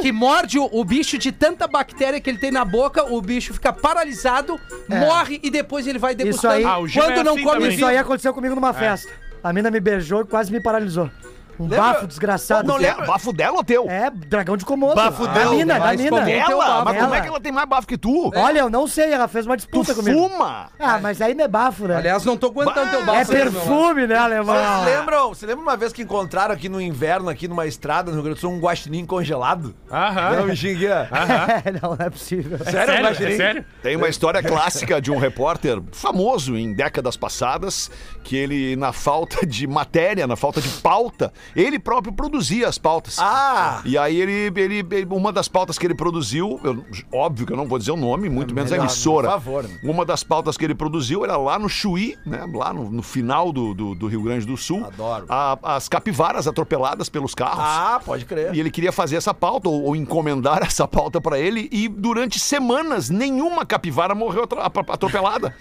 Speaker 5: que, morde o, o bicho de tanta bactéria que ele tem na boca, o bicho fica paralisado, morre e depois ele vai degustando.
Speaker 8: aí- Ah,
Speaker 9: o Gil é
Speaker 5: Quando não
Speaker 9: assim
Speaker 5: come
Speaker 9: também.
Speaker 8: Isso
Speaker 5: vivo.
Speaker 8: aí aconteceu comigo numa festa. A mina me beijou e quase me paralisou. Um bafo desgraçado.
Speaker 3: Não lembra? Bafo dela ou teu?
Speaker 8: É, dragão de comodo.
Speaker 3: Bafo dela,
Speaker 8: Da mina, da
Speaker 5: vai
Speaker 8: mina.
Speaker 5: esconder. teu
Speaker 3: Dela?
Speaker 5: bafo. É.
Speaker 3: Mas como é
Speaker 8: Ela.
Speaker 3: que ela tem mais bafo que tu?
Speaker 8: Olha, eu não sei, ela fez uma
Speaker 3: Tu
Speaker 8: disputa comigo.
Speaker 3: fuma?
Speaker 8: Ah, mas aí não é bafo, né?
Speaker 5: Aliás, não tô aguentando teu
Speaker 8: é
Speaker 5: bafo. né, meu mano?
Speaker 8: perfume, né, alemão?
Speaker 2: Vocês lembram? Você lembra uma vez que encontraram aqui no inverno, aqui numa estrada no Rio Grande do Sul, um guaxinim congelado?
Speaker 9: Aham.
Speaker 2: Não, bichinho aqui, ó.
Speaker 8: não, não é possível.
Speaker 2: Sério,
Speaker 9: Sério?
Speaker 2: Guaxinim?
Speaker 9: É sério?
Speaker 3: Tem uma história clássica de um repórter famoso em décadas passadas, que ele, na falta de matéria, na falta de pauta, ele próprio produzia as pautas.
Speaker 2: Ah!
Speaker 3: E aí ele, ele, ele- uma das pautas que ele produziu, eu- óbvio que eu não vou dizer o nome, muito menos a
Speaker 2: É melhor,
Speaker 3: emissora.
Speaker 2: por favor. né?
Speaker 3: Uma das pautas que ele produziu era lá no Chuí, né? Lá no, no final do, do, do Rio Grande do Sul.
Speaker 2: Adoro.
Speaker 3: a- as capivaras atropeladas pelos carros.
Speaker 2: Ah, pode crer.
Speaker 3: E ele queria fazer essa pauta, ou, ou encomendar essa pauta pra ele, e durante semanas nenhuma capivara morreu atro- ap- atropelada.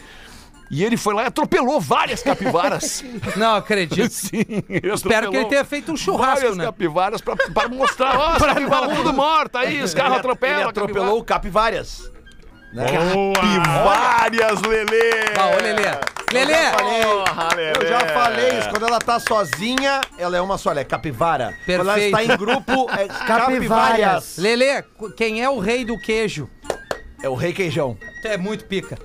Speaker 3: E ele foi lá e atropelou várias capivaras.
Speaker 5: Não acredito.
Speaker 3: Sim,
Speaker 5: Espero que ele tenha feito um churrasco,
Speaker 3: várias
Speaker 5: né? um
Speaker 3: capivaras pra, pra mostrar. Ó, as capivaras tudo morta aí, os carros
Speaker 10: Ele-
Speaker 3: atropelam.
Speaker 10: Ele
Speaker 3: a capivara.
Speaker 10: atropelou o Capivárias. Né?
Speaker 3: Capivárias, Lelê!
Speaker 5: Ah, ô, Lelê.
Speaker 9: É,
Speaker 5: Lelê!
Speaker 10: Eu já falei,
Speaker 3: Porra, Lelê.
Speaker 10: eu já falei isso. Quando ela tá sozinha, ela é uma só, ela é capivara. Quando ela
Speaker 5: Perfeito.
Speaker 10: está em grupo, é capivárias.
Speaker 5: Lelê, cu- quem é o rei do queijo?
Speaker 10: É o rei queijão.
Speaker 5: Tu é muito pica.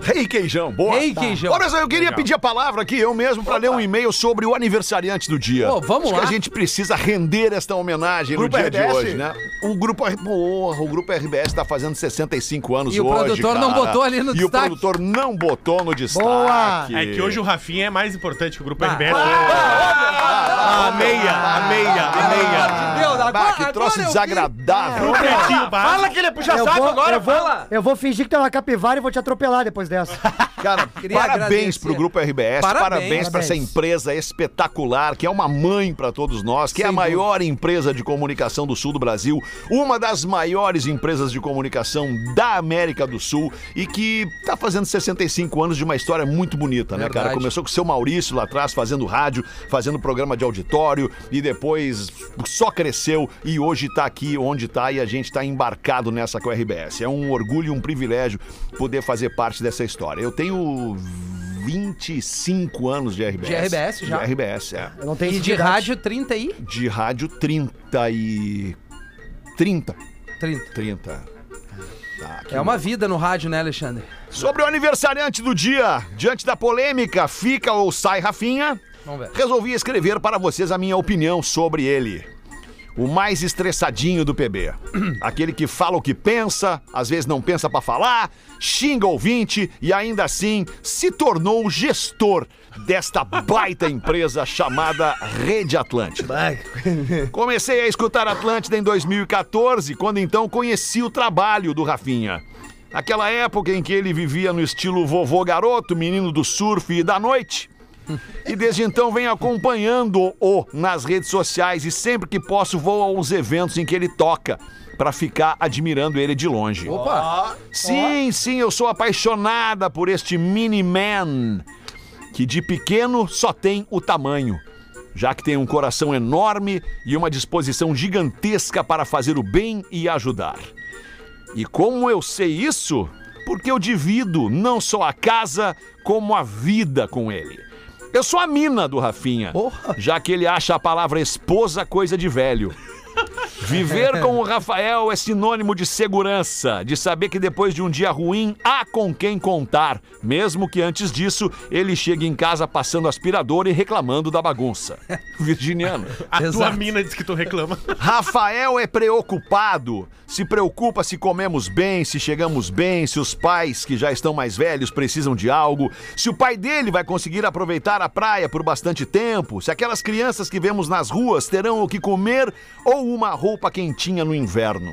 Speaker 3: Rei Queijão, boa.
Speaker 5: Rei Queijão.
Speaker 3: Olha só, eu queria
Speaker 5: Legal.
Speaker 3: pedir a palavra aqui, eu mesmo, pra ler um e-mail sobre o aniversariante do dia.
Speaker 5: Pô, vamos
Speaker 3: Acho
Speaker 5: lá.
Speaker 3: que a gente precisa render esta homenagem
Speaker 10: Grupo
Speaker 3: no dia
Speaker 10: RBS?
Speaker 3: de hoje, né? O grupo, R- porra, o grupo RBS tá fazendo 65 anos
Speaker 5: E o
Speaker 3: hoje,
Speaker 5: produtor não
Speaker 3: cara.
Speaker 5: botou ali no
Speaker 3: e
Speaker 5: destaque.
Speaker 3: o produtor não botou no destaque.
Speaker 11: Ah,
Speaker 8: Boa.
Speaker 9: É que hoje o Rafinha é mais importante que o Grupo RBS.
Speaker 11: A Ah, meia,
Speaker 5: Ah,
Speaker 11: a meia, a meia.
Speaker 5: Meu, agora,
Speaker 3: Bah, que troço
Speaker 5: agora eu vi.
Speaker 3: desagradável.
Speaker 9: Pro Pretinho Básico.
Speaker 10: Fala que ele é puxa
Speaker 8: Eu
Speaker 10: saco
Speaker 8: vou-
Speaker 10: agora,
Speaker 8: eu vou-
Speaker 10: fala!
Speaker 8: Eu vou fingir que tu é uma capivara e vou te atropelar depois dessa.
Speaker 3: Cara,
Speaker 5: Queria
Speaker 3: parabéns
Speaker 5: agradecer.
Speaker 3: pro Grupo RBS, parabéns,
Speaker 5: Parabéns,
Speaker 3: pra essa
Speaker 8: parabéns.
Speaker 3: empresa espetacular, que é uma mãe pra todos nós, que é a maior empresa de comunicação do sul do Brasil, uma das maiores empresas de comunicação da América do Sul e que tá fazendo 65 anos de uma história muito bonita, né, cara?
Speaker 5: Verdade.
Speaker 3: Começou com o seu Maurício lá atrás, fazendo rádio, fazendo programa de auditório e depois só cresceu e hoje tá aqui onde tá e a gente tá embarcado nessa com a RBS. É um orgulho e um privilégio poder fazer parte dessa história. Eu tenho 25 anos de RBS.
Speaker 5: De RBS já?
Speaker 3: De RBS, é.
Speaker 8: Eu não tenho
Speaker 5: E
Speaker 8: essa
Speaker 5: de
Speaker 8: idade.
Speaker 5: rádio 30 aí?
Speaker 3: De rádio 30 e... 30.
Speaker 5: 30.
Speaker 3: 30. Tá, que
Speaker 5: É uma vida no rádio, né, Alexandre?
Speaker 3: Sobre o aniversariante do dia, diante da polêmica, fica ou sai Rafinha?
Speaker 5: Vamos ver.
Speaker 3: Resolvi escrever para vocês a minha opinião sobre ele. O mais estressadinho do PB. Aquele que fala o que pensa, às vezes não pensa pra falar, xinga ouvinte e ainda assim se tornou o gestor desta baita empresa chamada Rede Atlântida. Comecei a escutar Atlântida em 2014, quando então conheci o trabalho do Rafinha. Aquela época em que ele vivia no estilo vovô garoto, menino do surf e da noite. E desde então venho acompanhando-o nas redes sociais e sempre que posso vou aos eventos em que ele toca para ficar admirando ele de longe.
Speaker 5: Opa!
Speaker 3: Sim, sim, eu sou apaixonada por este mini-man, que de pequeno só tem o tamanho, já que tem um coração enorme e uma disposição gigantesca para fazer o bem e ajudar. E como eu sei isso? Porque eu divido não só a casa, como a vida com ele. Eu sou a mina do Rafinha,
Speaker 5: Porra.
Speaker 3: já que ele acha a palavra esposa coisa de velho. Viver com o Rafael é sinônimo de segurança, de saber que depois de um dia ruim há com quem contar, mesmo que antes disso ele chegue em casa passando aspirador e reclamando da bagunça. Virginiano.
Speaker 9: A tua
Speaker 5: Exato.
Speaker 9: mina diz que tu reclama.
Speaker 3: Rafael é preocupado. Se preocupa se comemos bem, se chegamos bem, se os pais que já estão mais velhos precisam de algo, se o pai dele vai conseguir aproveitar a praia por bastante tempo, se aquelas crianças que vemos nas ruas terão o que comer ou uma roupa quentinha no inverno.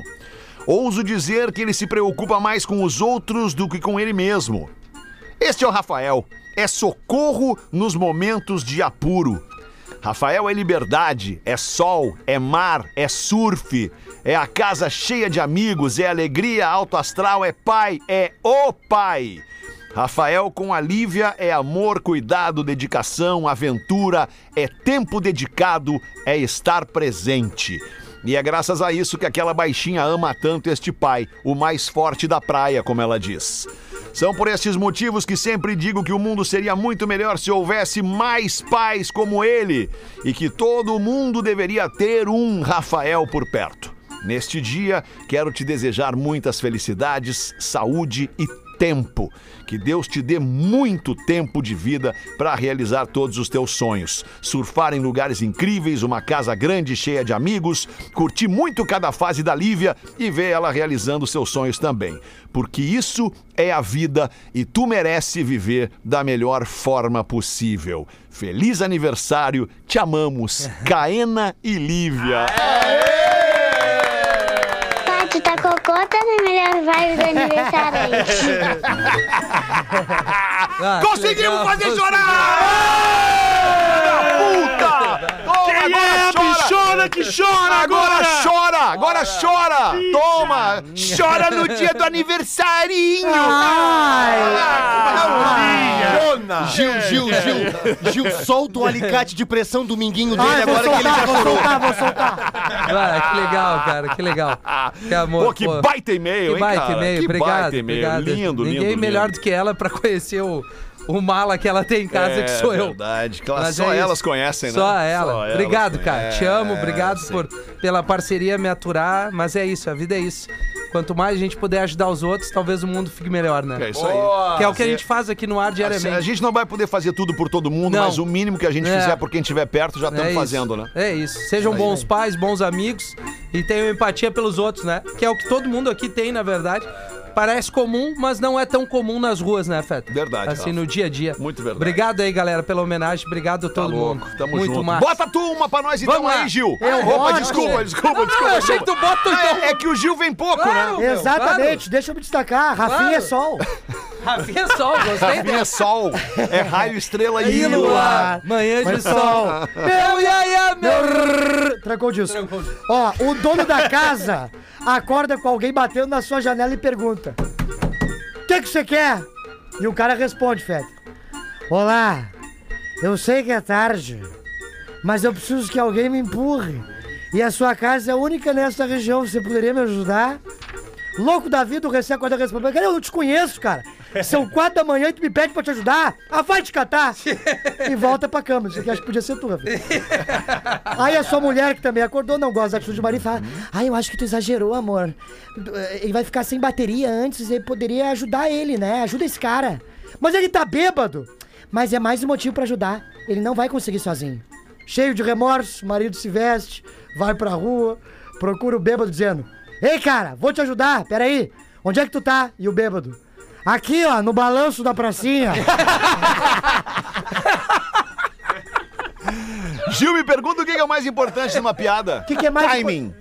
Speaker 3: Ouso dizer que ele se preocupa mais com os outros do que com ele mesmo. Este é o Rafael. É socorro nos momentos de apuro. Rafael é liberdade, é sol, é mar, é surf, é a casa cheia de amigos, é alegria, alto astral, é pai, é o pai. Rafael com a Lívia é amor, cuidado, dedicação, aventura, é tempo dedicado, é estar presente. E é graças a isso que aquela baixinha ama tanto este pai, o mais forte da praia, como ela diz. São por estes motivos que sempre digo que o mundo seria muito melhor se houvesse mais pais como ele e que todo mundo deveria ter um Rafael por perto. Neste dia, quero te desejar muitas felicidades, saúde e tempo. Que Deus te dê muito tempo de vida para realizar todos os teus sonhos. Surfar em lugares incríveis, uma casa grande cheia de amigos, curtir muito cada fase da Lívia e ver ela realizando seus sonhos também. Porque isso é a vida e tu merece viver da melhor forma possível. Feliz aniversário, te amamos, Caena e Lívia.
Speaker 7: Tá, tu tá cocota na melhor vibe do aniversariante.
Speaker 5: Ah, que
Speaker 3: Conseguimos
Speaker 5: legal.
Speaker 3: fazer chorar! Puta! Toma,
Speaker 5: é,
Speaker 3: agora chora!
Speaker 9: que chora
Speaker 3: Agora chora! Agora chora! Toma! Chora no dia do aniversarinho!
Speaker 8: Ai,
Speaker 3: Ah,
Speaker 11: Helena. Gil, Gil, Gil. Gil, solta o alicate de pressão do minguinho dele
Speaker 5: Ah, eu vou
Speaker 11: agora que ele já
Speaker 5: soltar, vou
Speaker 11: estourou.
Speaker 5: soltar, vou Cara, que legal, cara, que legal. Que amor.
Speaker 3: Pô, que baita e-mail,
Speaker 5: que
Speaker 3: hein,
Speaker 5: baita
Speaker 3: cara?
Speaker 5: e-mail,
Speaker 3: Que
Speaker 5: obrigado.
Speaker 3: baita e-mail,
Speaker 5: obrigado.
Speaker 3: lindo,
Speaker 5: Ninguém
Speaker 3: lindo,
Speaker 5: melhor
Speaker 3: lindo.
Speaker 5: do que ela pra conhecer o, o mala que ela tem em casa, que sou eu.
Speaker 3: É verdade. que elas-
Speaker 5: Mas
Speaker 3: só
Speaker 5: é isso.
Speaker 3: elas conhecem, né?
Speaker 5: Só ela.
Speaker 3: Só elas
Speaker 5: obrigado,
Speaker 3: conhecem.
Speaker 5: cara. Te amo,
Speaker 3: É,
Speaker 5: obrigado por, pela parceria, me aturar. Mas é isso, a vida é isso. Quanto mais a gente puder ajudar os outros, talvez o mundo fique melhor, né?
Speaker 3: É isso aí.
Speaker 5: Que é o que a gente faz aqui no ar diariamente.
Speaker 3: A gente não vai poder fazer tudo por todo mundo,
Speaker 5: Não.
Speaker 3: mas o mínimo que a gente
Speaker 5: É.
Speaker 3: fizer por quem estiver perto já estamos
Speaker 5: isso.
Speaker 3: fazendo, né?
Speaker 5: É isso. Sejam
Speaker 3: Isso aí.
Speaker 5: bons pais, bons amigos e tenham empatia pelos outros, né? Que é o que todo mundo aqui tem, na verdade. Parece comum, mas não é tão comum nas ruas, né, Feta? Verdade. Assim,
Speaker 3: Rafa.
Speaker 5: no dia a dia. Muito
Speaker 3: verdade. Tá
Speaker 5: Obrigado aí, galera, pela homenagem. Obrigado a todo mundo.
Speaker 3: Tamo
Speaker 5: Muito
Speaker 3: junto.
Speaker 5: massa.
Speaker 3: Bota tu uma pra nós então
Speaker 5: Vamos lá.
Speaker 3: aí, Gil.
Speaker 5: Eu
Speaker 3: Opa,
Speaker 5: boto.
Speaker 3: desculpa, desculpa,
Speaker 5: Não, não,
Speaker 3: desculpa.
Speaker 5: eu achei que tu bota, então.
Speaker 3: É, é que o Gil vem pouco, né?
Speaker 8: Exatamente, deixa eu me destacar. Rafinha
Speaker 5: Claro.
Speaker 8: é sol.
Speaker 5: Rafinha é sol, gostei
Speaker 3: Rafinha é sol. É raio, estrela
Speaker 8: E
Speaker 3: e
Speaker 8: luar.
Speaker 3: lua.
Speaker 5: Manhã de
Speaker 8: Mas
Speaker 5: sol.
Speaker 8: sol. Meu iaia, meu. rrr. Trancou o disco. Ó, o dono da casa acorda com alguém batendo na sua janela e pergunta: O que que você quer? E o cara responde, Feta: Olá, eu sei que é tarde, mas eu preciso que alguém me empurre. E a sua casa é a única nessa região, você poderia me ajudar? Louco da vida, o recém acorda respondendo: Cara, eu não te conheço, cara. São quatro da manhã e tu me pede pra te ajudar? Ah, vai te catar! e volta pra cama. Isso aqui acho que podia ser tu, Rafa. Aí a sua mulher, que também acordou, não gosta da atitude do marido, fala: Ah, eu acho que tu exagerou, amor. eh, Ele vai ficar sem bateria antes, ele poderia ajudar ele, né? Ajuda esse cara. Mas ele tá bêbado. Mas é mais um motivo pra ajudar. Ele não vai conseguir sozinho. Cheio de remorso, o marido se veste, vai pra rua, procura o bêbado dizendo: Ei, cara, vou te ajudar, peraí. Onde é que tu tá? E o bêbado? Aqui, ó, no balanço da pracinha.
Speaker 3: Gil, me pergunta o que que é o mais importante numa piada. O
Speaker 8: que, que é mais
Speaker 3: Timing.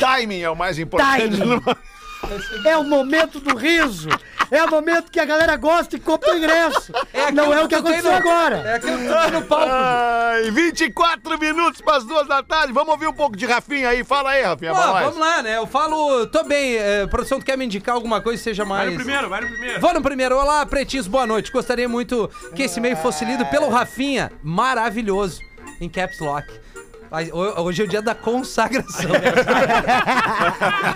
Speaker 3: Timing é o mais importante.
Speaker 8: Timing.
Speaker 3: numa-
Speaker 8: É o momento do riso. É o momento que a galera gosta e compra o ingresso. não é o que aconteceu agora.
Speaker 5: É
Speaker 3: É, Ai, 24 minutos para as duas da tarde. Vamos ouvir um pouco de Rafinha aí. Fala aí, Rafinha.
Speaker 5: Pô,
Speaker 3: pra nós.
Speaker 5: vamos lá, né? Eu falo, tô bem. É, produção, tu quer me indicar alguma coisa que seja mais.
Speaker 9: Vai no primeiro, vai no primeiro.
Speaker 5: Vou no primeiro. Olá, pretinhos, boa noite. Gostaria muito que esse e-mail fosse lido pelo Rafinha. Maravilhoso. Em caps lock. Ai, ho- Hoje é o dia da consagração.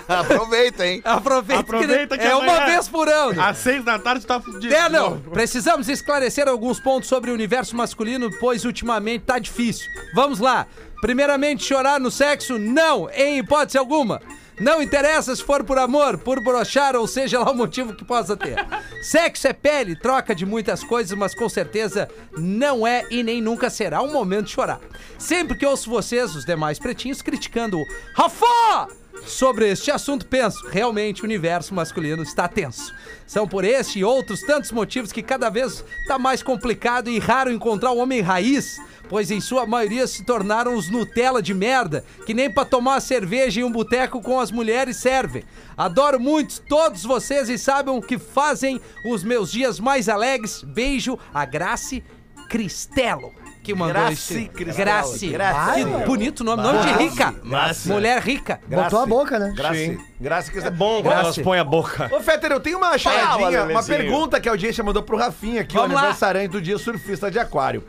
Speaker 3: Aproveita, hein?
Speaker 5: Aproveita,
Speaker 9: Aproveita que
Speaker 5: é
Speaker 9: amanhã-
Speaker 5: uma vez por ano.
Speaker 9: Às seis da tarde tá fudido.
Speaker 5: É, não. Precisamos esclarecer alguns pontos sobre o universo masculino, pois ultimamente tá difícil. Vamos lá. Primeiramente, chorar no sexo? Não, em hipótese alguma. Não interessa se for por amor, por brochar ou seja lá o motivo que possa ter. Sexo é pele, troca de muitas coisas, mas com certeza não é e nem nunca será um momento de chorar. Sempre que ouço vocês, os demais pretinhos, criticando o Rafa! Sobre este assunto, penso, realmente o universo masculino está tenso. São por este e outros tantos motivos que cada vez está mais complicado e raro encontrar o homem raiz, pois em sua maioria se tornaram os Nutella de merda, que nem para tomar uma cerveja em um boteco com as mulheres servem. Adoro muito todos vocês e sabem que fazem os meus dias mais alegres. Beijo a Grace Cristello. Que mandou
Speaker 10: Grace
Speaker 5: esse-
Speaker 10: Cristello.
Speaker 5: Grace.
Speaker 10: Grace.
Speaker 5: Que bonito nome. Nome de
Speaker 10: Grace.
Speaker 5: rica.
Speaker 10: Grace.
Speaker 5: Mulher rica.
Speaker 8: Botou a boca, né?
Speaker 10: Graça. Graça que é
Speaker 11: bom
Speaker 5: Graça.
Speaker 11: elas põem a boca.
Speaker 10: Ô, Fetter, eu tenho uma charadinha,
Speaker 11: Fala,
Speaker 10: uma
Speaker 11: Lelezinho.
Speaker 10: pergunta que a audiência mandou pro Rafinha aqui,
Speaker 5: Vamos
Speaker 10: o
Speaker 5: lá.
Speaker 10: aniversariante do dia surfista de aquário.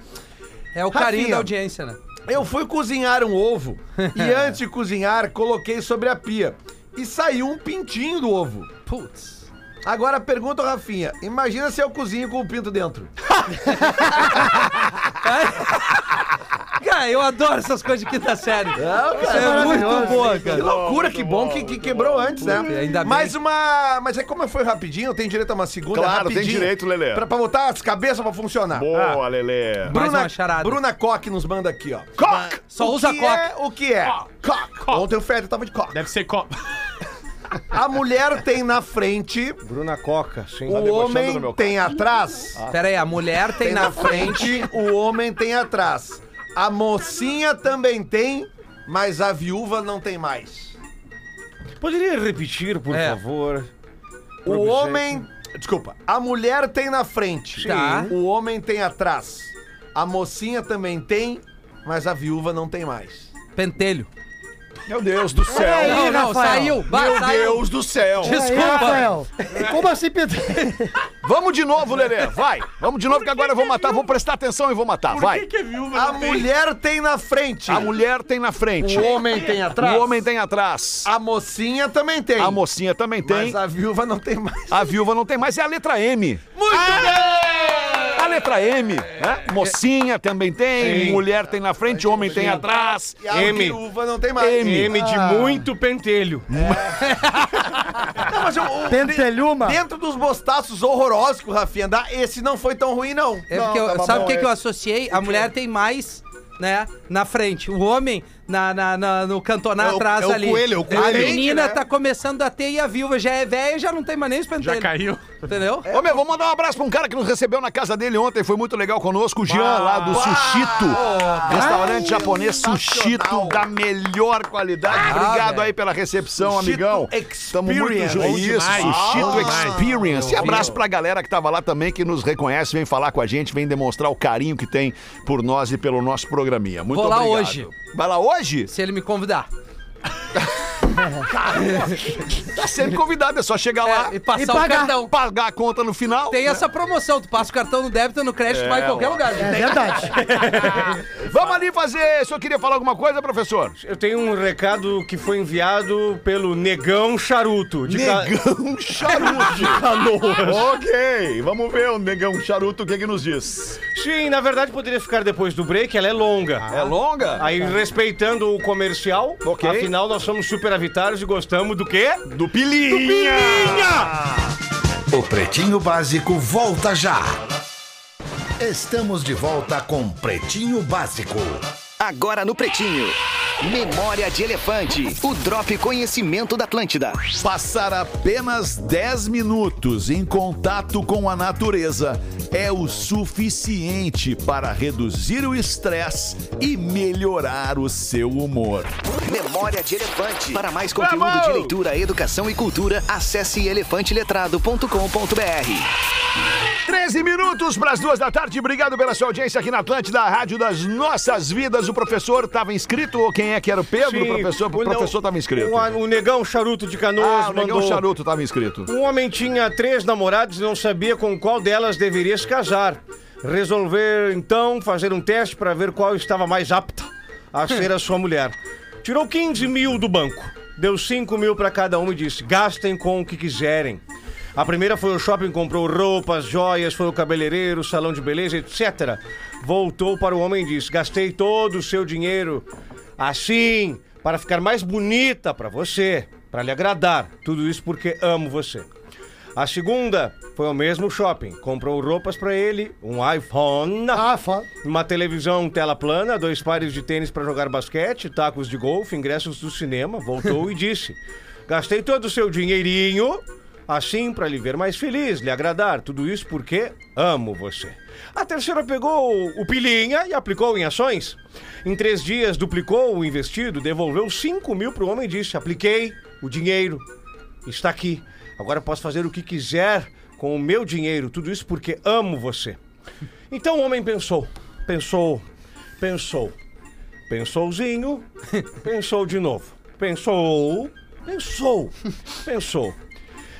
Speaker 5: É o carinho
Speaker 10: Rafinha.
Speaker 5: da audiência, né?
Speaker 10: Eu fui cozinhar um ovo e antes de cozinhar, coloquei sobre a pia e saiu um pintinho do ovo.
Speaker 5: Putz.
Speaker 10: Agora pergunta ao Rafinha, imagina se eu cozinho com o pinto dentro.
Speaker 5: Cara, eu adoro essas coisas de quinta série.
Speaker 10: Não,
Speaker 5: Isso é muito boa,
Speaker 10: Que
Speaker 5: cara.
Speaker 10: loucura, que bom que, que quebrou antes, né?
Speaker 5: Puta, ainda bem.
Speaker 10: Mais uma. Mas é como foi rapidinho, eu tenho direito a uma segunda.
Speaker 3: Claro, tem
Speaker 10: rapidinho,
Speaker 3: direito, Lelê.
Speaker 10: Pra, pra botar as cabeças pra funcionar.
Speaker 3: Boa, Lelê.
Speaker 5: Mais
Speaker 10: Bruna,
Speaker 5: uma charada.
Speaker 10: Bruna Koch nos manda aqui, ó. Cock!
Speaker 5: Só usa
Speaker 10: que
Speaker 5: Koch.
Speaker 10: É, o que é? Cock. Ontem o Fred tava de cock.
Speaker 9: Deve ser copo.
Speaker 10: A mulher tem na frente,
Speaker 11: Bruna Coca, sim. Tá
Speaker 10: o homem tem atrás.
Speaker 5: Pera aí, a mulher tem,
Speaker 10: Tem
Speaker 5: na frente.
Speaker 10: o homem tem atrás. A mocinha também tem, mas a viúva não tem mais.
Speaker 11: Poderia repetir, por
Speaker 5: É.
Speaker 11: favor?
Speaker 10: O homem. Desculpa. A mulher tem na frente.
Speaker 5: Tá.
Speaker 10: O homem tem atrás. A mocinha também tem, mas a viúva não tem mais.
Speaker 5: Pentelho.
Speaker 3: Meu Deus do céu.
Speaker 8: Peraí, Não, não, Rafael. saiu. Bah,
Speaker 3: Meu
Speaker 8: saiu.
Speaker 3: Deus do céu.
Speaker 8: Peraí, Rafael. Como assim, Pedro?
Speaker 3: Vamos de novo, Lelê. Vai. Vamos de novo, que agora eu vou matar. Vou prestar atenção e vou matar. Vai.
Speaker 13: A mulher tem na frente.
Speaker 3: A mulher tem na frente.
Speaker 13: O homem tem atrás.
Speaker 3: O homem tem atrás.
Speaker 13: A mocinha também tem.
Speaker 3: A mocinha também tem.
Speaker 13: Mas a viúva não tem mais.
Speaker 3: A viúva não tem mais, é a letra M. Ah!
Speaker 13: Muito
Speaker 3: A letra M, né? Mocinha também tem,
Speaker 14: Sim.
Speaker 3: mulher tem na frente, homem tem atrás.
Speaker 13: bem! E a
Speaker 14: M.
Speaker 13: viúva não tem mais.
Speaker 3: M.
Speaker 14: M de
Speaker 3: Ah.
Speaker 14: muito pentelho.
Speaker 13: Não, mas eu- o-
Speaker 8: Pentelhuma.
Speaker 13: Dentro dos bostaços horrorosos que o Rafinha dá, esse não foi tão ruim, não.
Speaker 5: É porque eu- sabe o que, que eu associei? A mulher tem mais, né, na frente. O homem na, na- na- no cantonar
Speaker 14: É o-
Speaker 5: atrás
Speaker 14: é o
Speaker 5: ali.
Speaker 14: coelho, é o
Speaker 5: A
Speaker 14: coelho.
Speaker 5: menina
Speaker 14: Né?
Speaker 5: tá começando a ter e a viúva já é velha e já não tem mais nem os pentelhos.
Speaker 9: caiu.
Speaker 5: Entendeu?
Speaker 3: Ô meu, vou mandar um abraço pra um cara que nos recebeu na casa dele ontem, foi muito legal conosco, o Jean,
Speaker 9: Bah.
Speaker 3: lá do Sushito. Restaurante
Speaker 13: Ai,
Speaker 3: japonês Sushito
Speaker 13: sensacional.
Speaker 3: da melhor qualidade. Obrigado aí pela recepção,
Speaker 13: Sushito
Speaker 3: amigão. Estamos muito
Speaker 13: Experience.
Speaker 3: juntos.
Speaker 13: Bom
Speaker 3: Isso,
Speaker 9: demais.
Speaker 3: Sushito
Speaker 9: Bom demais.
Speaker 3: Experience. E abraço pra galera que tava lá também, que nos reconhece, vem falar com a gente, vem demonstrar o carinho que tem por nós e pelo nosso programinha. Muito
Speaker 5: Vou lá
Speaker 3: obrigado.
Speaker 5: hoje.
Speaker 3: Vai lá hoje?
Speaker 5: Se ele me convidar.
Speaker 3: Tá sempre convidado, é só chegar lá
Speaker 5: e passar
Speaker 8: E
Speaker 5: o
Speaker 8: pagar.
Speaker 5: cartão.
Speaker 3: pagar a conta no final.
Speaker 5: Tem essa promoção, tu passa o cartão no débito, no crédito, tu vai em qualquer lugar.
Speaker 8: É verdade.
Speaker 3: Vamos ali fazer. O senhor queria falar alguma coisa, professor?
Speaker 10: Eu tenho um recado que foi enviado pelo Negão Charuto. de Ca-
Speaker 8: Ah,
Speaker 3: Negão Charuto. ok, vamos ver o Negão Charuto, o que, que nos diz?
Speaker 10: Sim, na verdade poderia ficar depois do break, ela é longa.
Speaker 3: É longa?
Speaker 10: Aí, respeitando o comercial,
Speaker 3: Ok.
Speaker 10: afinal nós somos superavitários e gostamos do quê?
Speaker 3: Do Pilinha. Ah,
Speaker 2: O Pretinho Básico volta já. Estamos de volta com Pretinho Básico.
Speaker 6: Agora no Pretinho. Memória de Elefante. O Drop Conhecimento da Atlântida.
Speaker 2: Passar apenas 10 minutos em contato com a natureza é o suficiente para reduzir o estresse e melhorar o seu humor.
Speaker 6: Memória de Elefante. Para mais conteúdo de leitura, educação e cultura, acesse elefanteletrado.com.br.
Speaker 3: 13 minutos para as duas da tarde. Obrigado pela sua audiência aqui na Atlântida, a Rádio das Nossas Vidas. O professor estava inscrito ou quem é que era o Pedro? o professor
Speaker 10: o
Speaker 3: o professor estava inscrito.
Speaker 10: O, o Negão Charuto de Canoas
Speaker 3: Ah, o
Speaker 10: mandou...
Speaker 3: Negão Charuto estava inscrito.
Speaker 10: Um homem tinha três namorados e não sabia com qual delas deveria se casar. Resolveu então fazer um teste para ver qual estava mais apta a ser a sua mulher. Tirou 15 mil do banco, deu 5 mil para cada um e disse: gastem com o que quiserem. A primeira foi ao shopping, comprou roupas, joias, foi ao cabeleireiro, salão de beleza, etc. Voltou para o homem e disse: gastei todo o seu dinheiro assim, para ficar mais bonita para você, para lhe agradar. Tudo isso porque amo você. A segunda foi ao mesmo shopping. Comprou roupas pra ele, um iPhone,
Speaker 8: Ah, foda.
Speaker 10: uma televisão tela plana, dois pares de tênis pra jogar basquete, tacos de golfe, ingressos do cinema. Voltou e disse: Gastei todo o seu dinheirinho assim pra lhe ver mais feliz, lhe agradar. Tudo isso porque amo você. A terceira pegou o pilinha e aplicou em ações. Em três dias duplicou o investido, devolveu 5 mil pro homem e disse: Apliquei o dinheiro está aqui. Agora eu posso fazer o que quiser com o meu dinheiro. Tudo isso porque amo você. Então o homem pensou, pensou, pensou, pensouzinho, pensou de novo, pensou, pensou, pensou.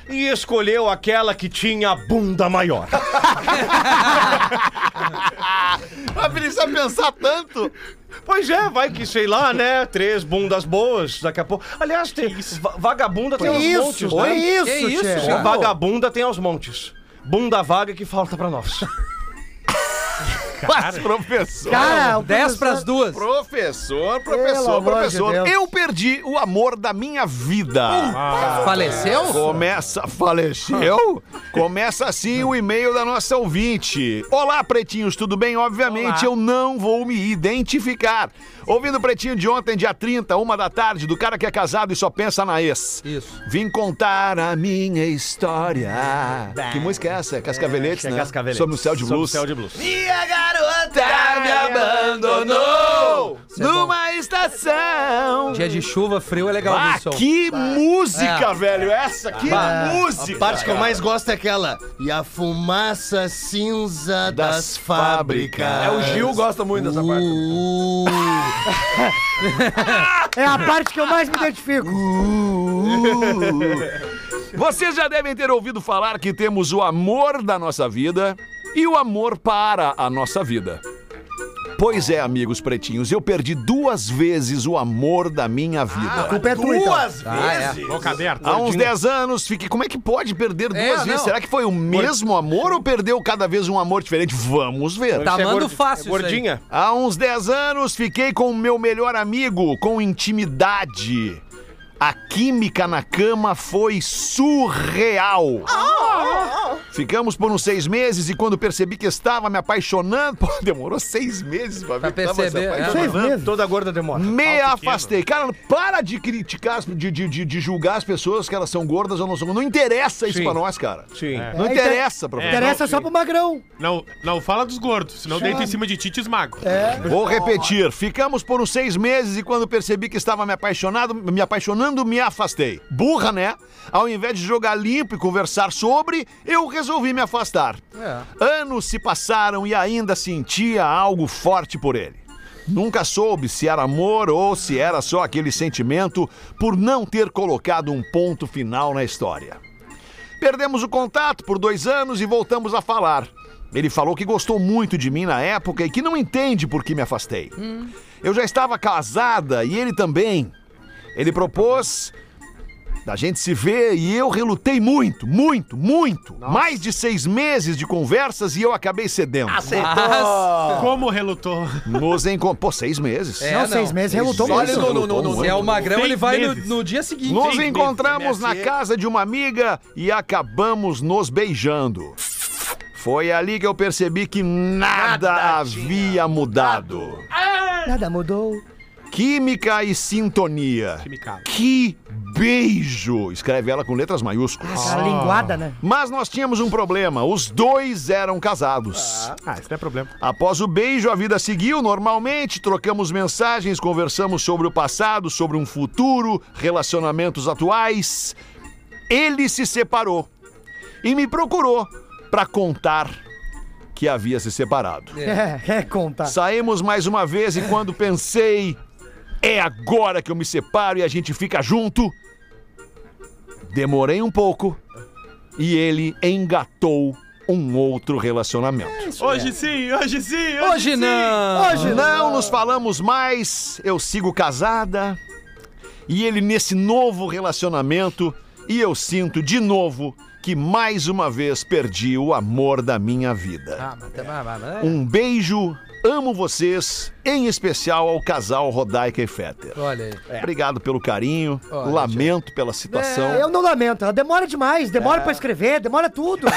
Speaker 10: E escolheu aquela que tinha a bunda maior.
Speaker 13: Mas precisa pensar tanto.
Speaker 10: Pois é, vai que, sei lá, né? Três bundas boas daqui a pouco. Aliás, tem va- vagabunda tem
Speaker 8: Que
Speaker 10: uns
Speaker 8: isso?
Speaker 10: montes,
Speaker 8: Que
Speaker 10: né?
Speaker 8: isso,
Speaker 5: Que isso,
Speaker 8: tchê?
Speaker 5: Thiago?
Speaker 10: Vagabunda tem aos montes. Bunda vaga que falta pra nós.
Speaker 3: Mas, professor.
Speaker 8: Cara, o
Speaker 5: 10
Speaker 8: professor-
Speaker 5: pras duas.
Speaker 3: Professor,
Speaker 8: Pelo
Speaker 3: professor,
Speaker 8: amor de
Speaker 3: professor.
Speaker 8: Deus.
Speaker 3: eu perdi o amor da minha vida.
Speaker 5: Faleceu?
Speaker 3: Começa, faleceu? Começa assim o e-mail da nossa ouvinte. Olá, pretinhos, tudo bem? Obviamente eu não vou me identificar. Ouvindo o pretinho de ontem, dia 30, uma da tarde, do cara que é casado e só pensa na ex.
Speaker 5: Isso.
Speaker 3: Vim contar a minha história. Que música é essa? É Cascaveletes, né?
Speaker 10: Cascaveletes.
Speaker 3: Sobre o céu de
Speaker 10: Sobre o
Speaker 3: blues.
Speaker 10: céu de Tá blues.
Speaker 13: Minha garota me
Speaker 3: abandonou
Speaker 10: é
Speaker 5: numa
Speaker 3: estação.
Speaker 5: Dia de chuva, frio, é legal
Speaker 3: Ah,
Speaker 5: ouvir som.
Speaker 3: que música, velho! Essa que música!
Speaker 14: É. A parte que eu mais gosto é aquela. E a fumaça cinza das,
Speaker 3: Das fábricas.
Speaker 14: fábricas.
Speaker 13: É, o Gil gosta muito dessa parte.
Speaker 14: Uh,
Speaker 8: É a parte que eu mais me identifico.
Speaker 2: Uh. Vocês já devem ter ouvido falar que temos o amor da nossa vida e o amor para a nossa vida. Pois é, amigos pretinhos, eu perdi duas vezes o amor da minha vida.
Speaker 8: culpa é tua, então.
Speaker 2: Duas
Speaker 9: Ah,
Speaker 2: vezes?
Speaker 9: é. Boca aberta.
Speaker 2: Há uns 10 anos, fiquei. Como é que pode perder duas
Speaker 9: É,
Speaker 2: vezes?
Speaker 9: não.
Speaker 2: Será que foi o mesmo amor ou perdeu cada vez um amor diferente? Vamos ver.
Speaker 9: Tá Isso é mando gordi- fácil é isso aí.
Speaker 2: Gordinha.
Speaker 9: gordinha.
Speaker 2: Há uns 10 anos, fiquei com o meu melhor amigo, com intimidade. A química na cama foi surreal. Ficamos por uns seis meses e quando percebi que estava me apaixonando, Pô, demorou seis meses pra, ver é que tava se
Speaker 9: é.
Speaker 2: apaixonando.
Speaker 15: Toda gorda demora.
Speaker 2: Me afastei. Cara, para de criticar, de, de, de, de julgar as pessoas que elas são gordas ou não são. Não interessa isso
Speaker 9: Sim.
Speaker 2: pra nós, cara.
Speaker 15: Sim.
Speaker 2: Não interessa pra vocês.
Speaker 8: Interessa
Speaker 9: É, não,
Speaker 8: só pro magrão.
Speaker 9: Não, não fala dos gordos, senão
Speaker 2: Chama.
Speaker 9: deita em cima de ti e te esmago.
Speaker 2: Vou repetir. Ficamos por uns seis meses e quando percebi que estava me apaixonado, me apaixonando, me afastei. Burra, né? Ao invés de jogar limpo e conversar sobre, eu resolvi me afastar. Anos se passaram e ainda sentia algo forte por ele. Nunca soube se era amor ou se era só aquele sentimento por não ter colocado um ponto final na história. Perdemos o contato por dois anos e voltamos a falar. Ele falou que gostou muito de mim na época e que não entende por que me afastei. Eu já estava casada e ele também. Ele propôs da gente se ver e eu relutei muito, muito, muito. Mais de seis meses de conversas e eu acabei cedendo.
Speaker 8: tá-
Speaker 9: Mas, como relutou?
Speaker 2: Nos encontramos. Pô, seis meses.
Speaker 8: Não, seis meses relutou
Speaker 2: Olha,
Speaker 8: muito.
Speaker 2: não, não, não, não,
Speaker 5: Se é o magrão,
Speaker 2: Seis
Speaker 5: ele vai no,
Speaker 2: meses.
Speaker 5: no dia seguinte.
Speaker 2: Nos
Speaker 5: Seis
Speaker 2: encontramos
Speaker 5: meses.
Speaker 2: na casa de uma amiga e acabamos nos beijando. Foi ali que eu percebi que nada, havia mudado.
Speaker 8: Nada mudou.
Speaker 2: Química e sintonia. Que beijo! Escreve ela com letras maiúsculas.
Speaker 8: Cara, linguada, né?
Speaker 2: Mas nós tínhamos um problema. Os dois eram casados.
Speaker 9: Ah, isso não é problema.
Speaker 2: Após o beijo, a vida seguiu normalmente, trocamos mensagens, conversamos sobre o passado, sobre um futuro, relacionamentos atuais. Ele se separou e me procurou para contar que havia se separado.
Speaker 8: É, é conta.
Speaker 2: Saímos mais uma vez e quando pensei, é agora que eu me separo e a gente fica junto. Demorei um pouco e ele engatou um outro relacionamento.
Speaker 9: Hoje sim, hoje sim, hoje,
Speaker 5: Hoje
Speaker 9: sim.
Speaker 5: não.
Speaker 2: não, nos falamos mais, eu sigo casada. E ele nesse novo relacionamento, e eu sinto de novo que mais uma vez perdi o amor da minha vida.
Speaker 5: Ah, mas tá- mas- mas- mas-
Speaker 2: Um beijo, amo vocês, em especial ao casal Rodaica e Fetter.
Speaker 5: Olha aí.
Speaker 2: Obrigado pelo carinho,
Speaker 5: Olha,
Speaker 2: lamento pela situação.
Speaker 8: É, eu não lamento, ela demora demais, demora pra escrever, demora tudo. É,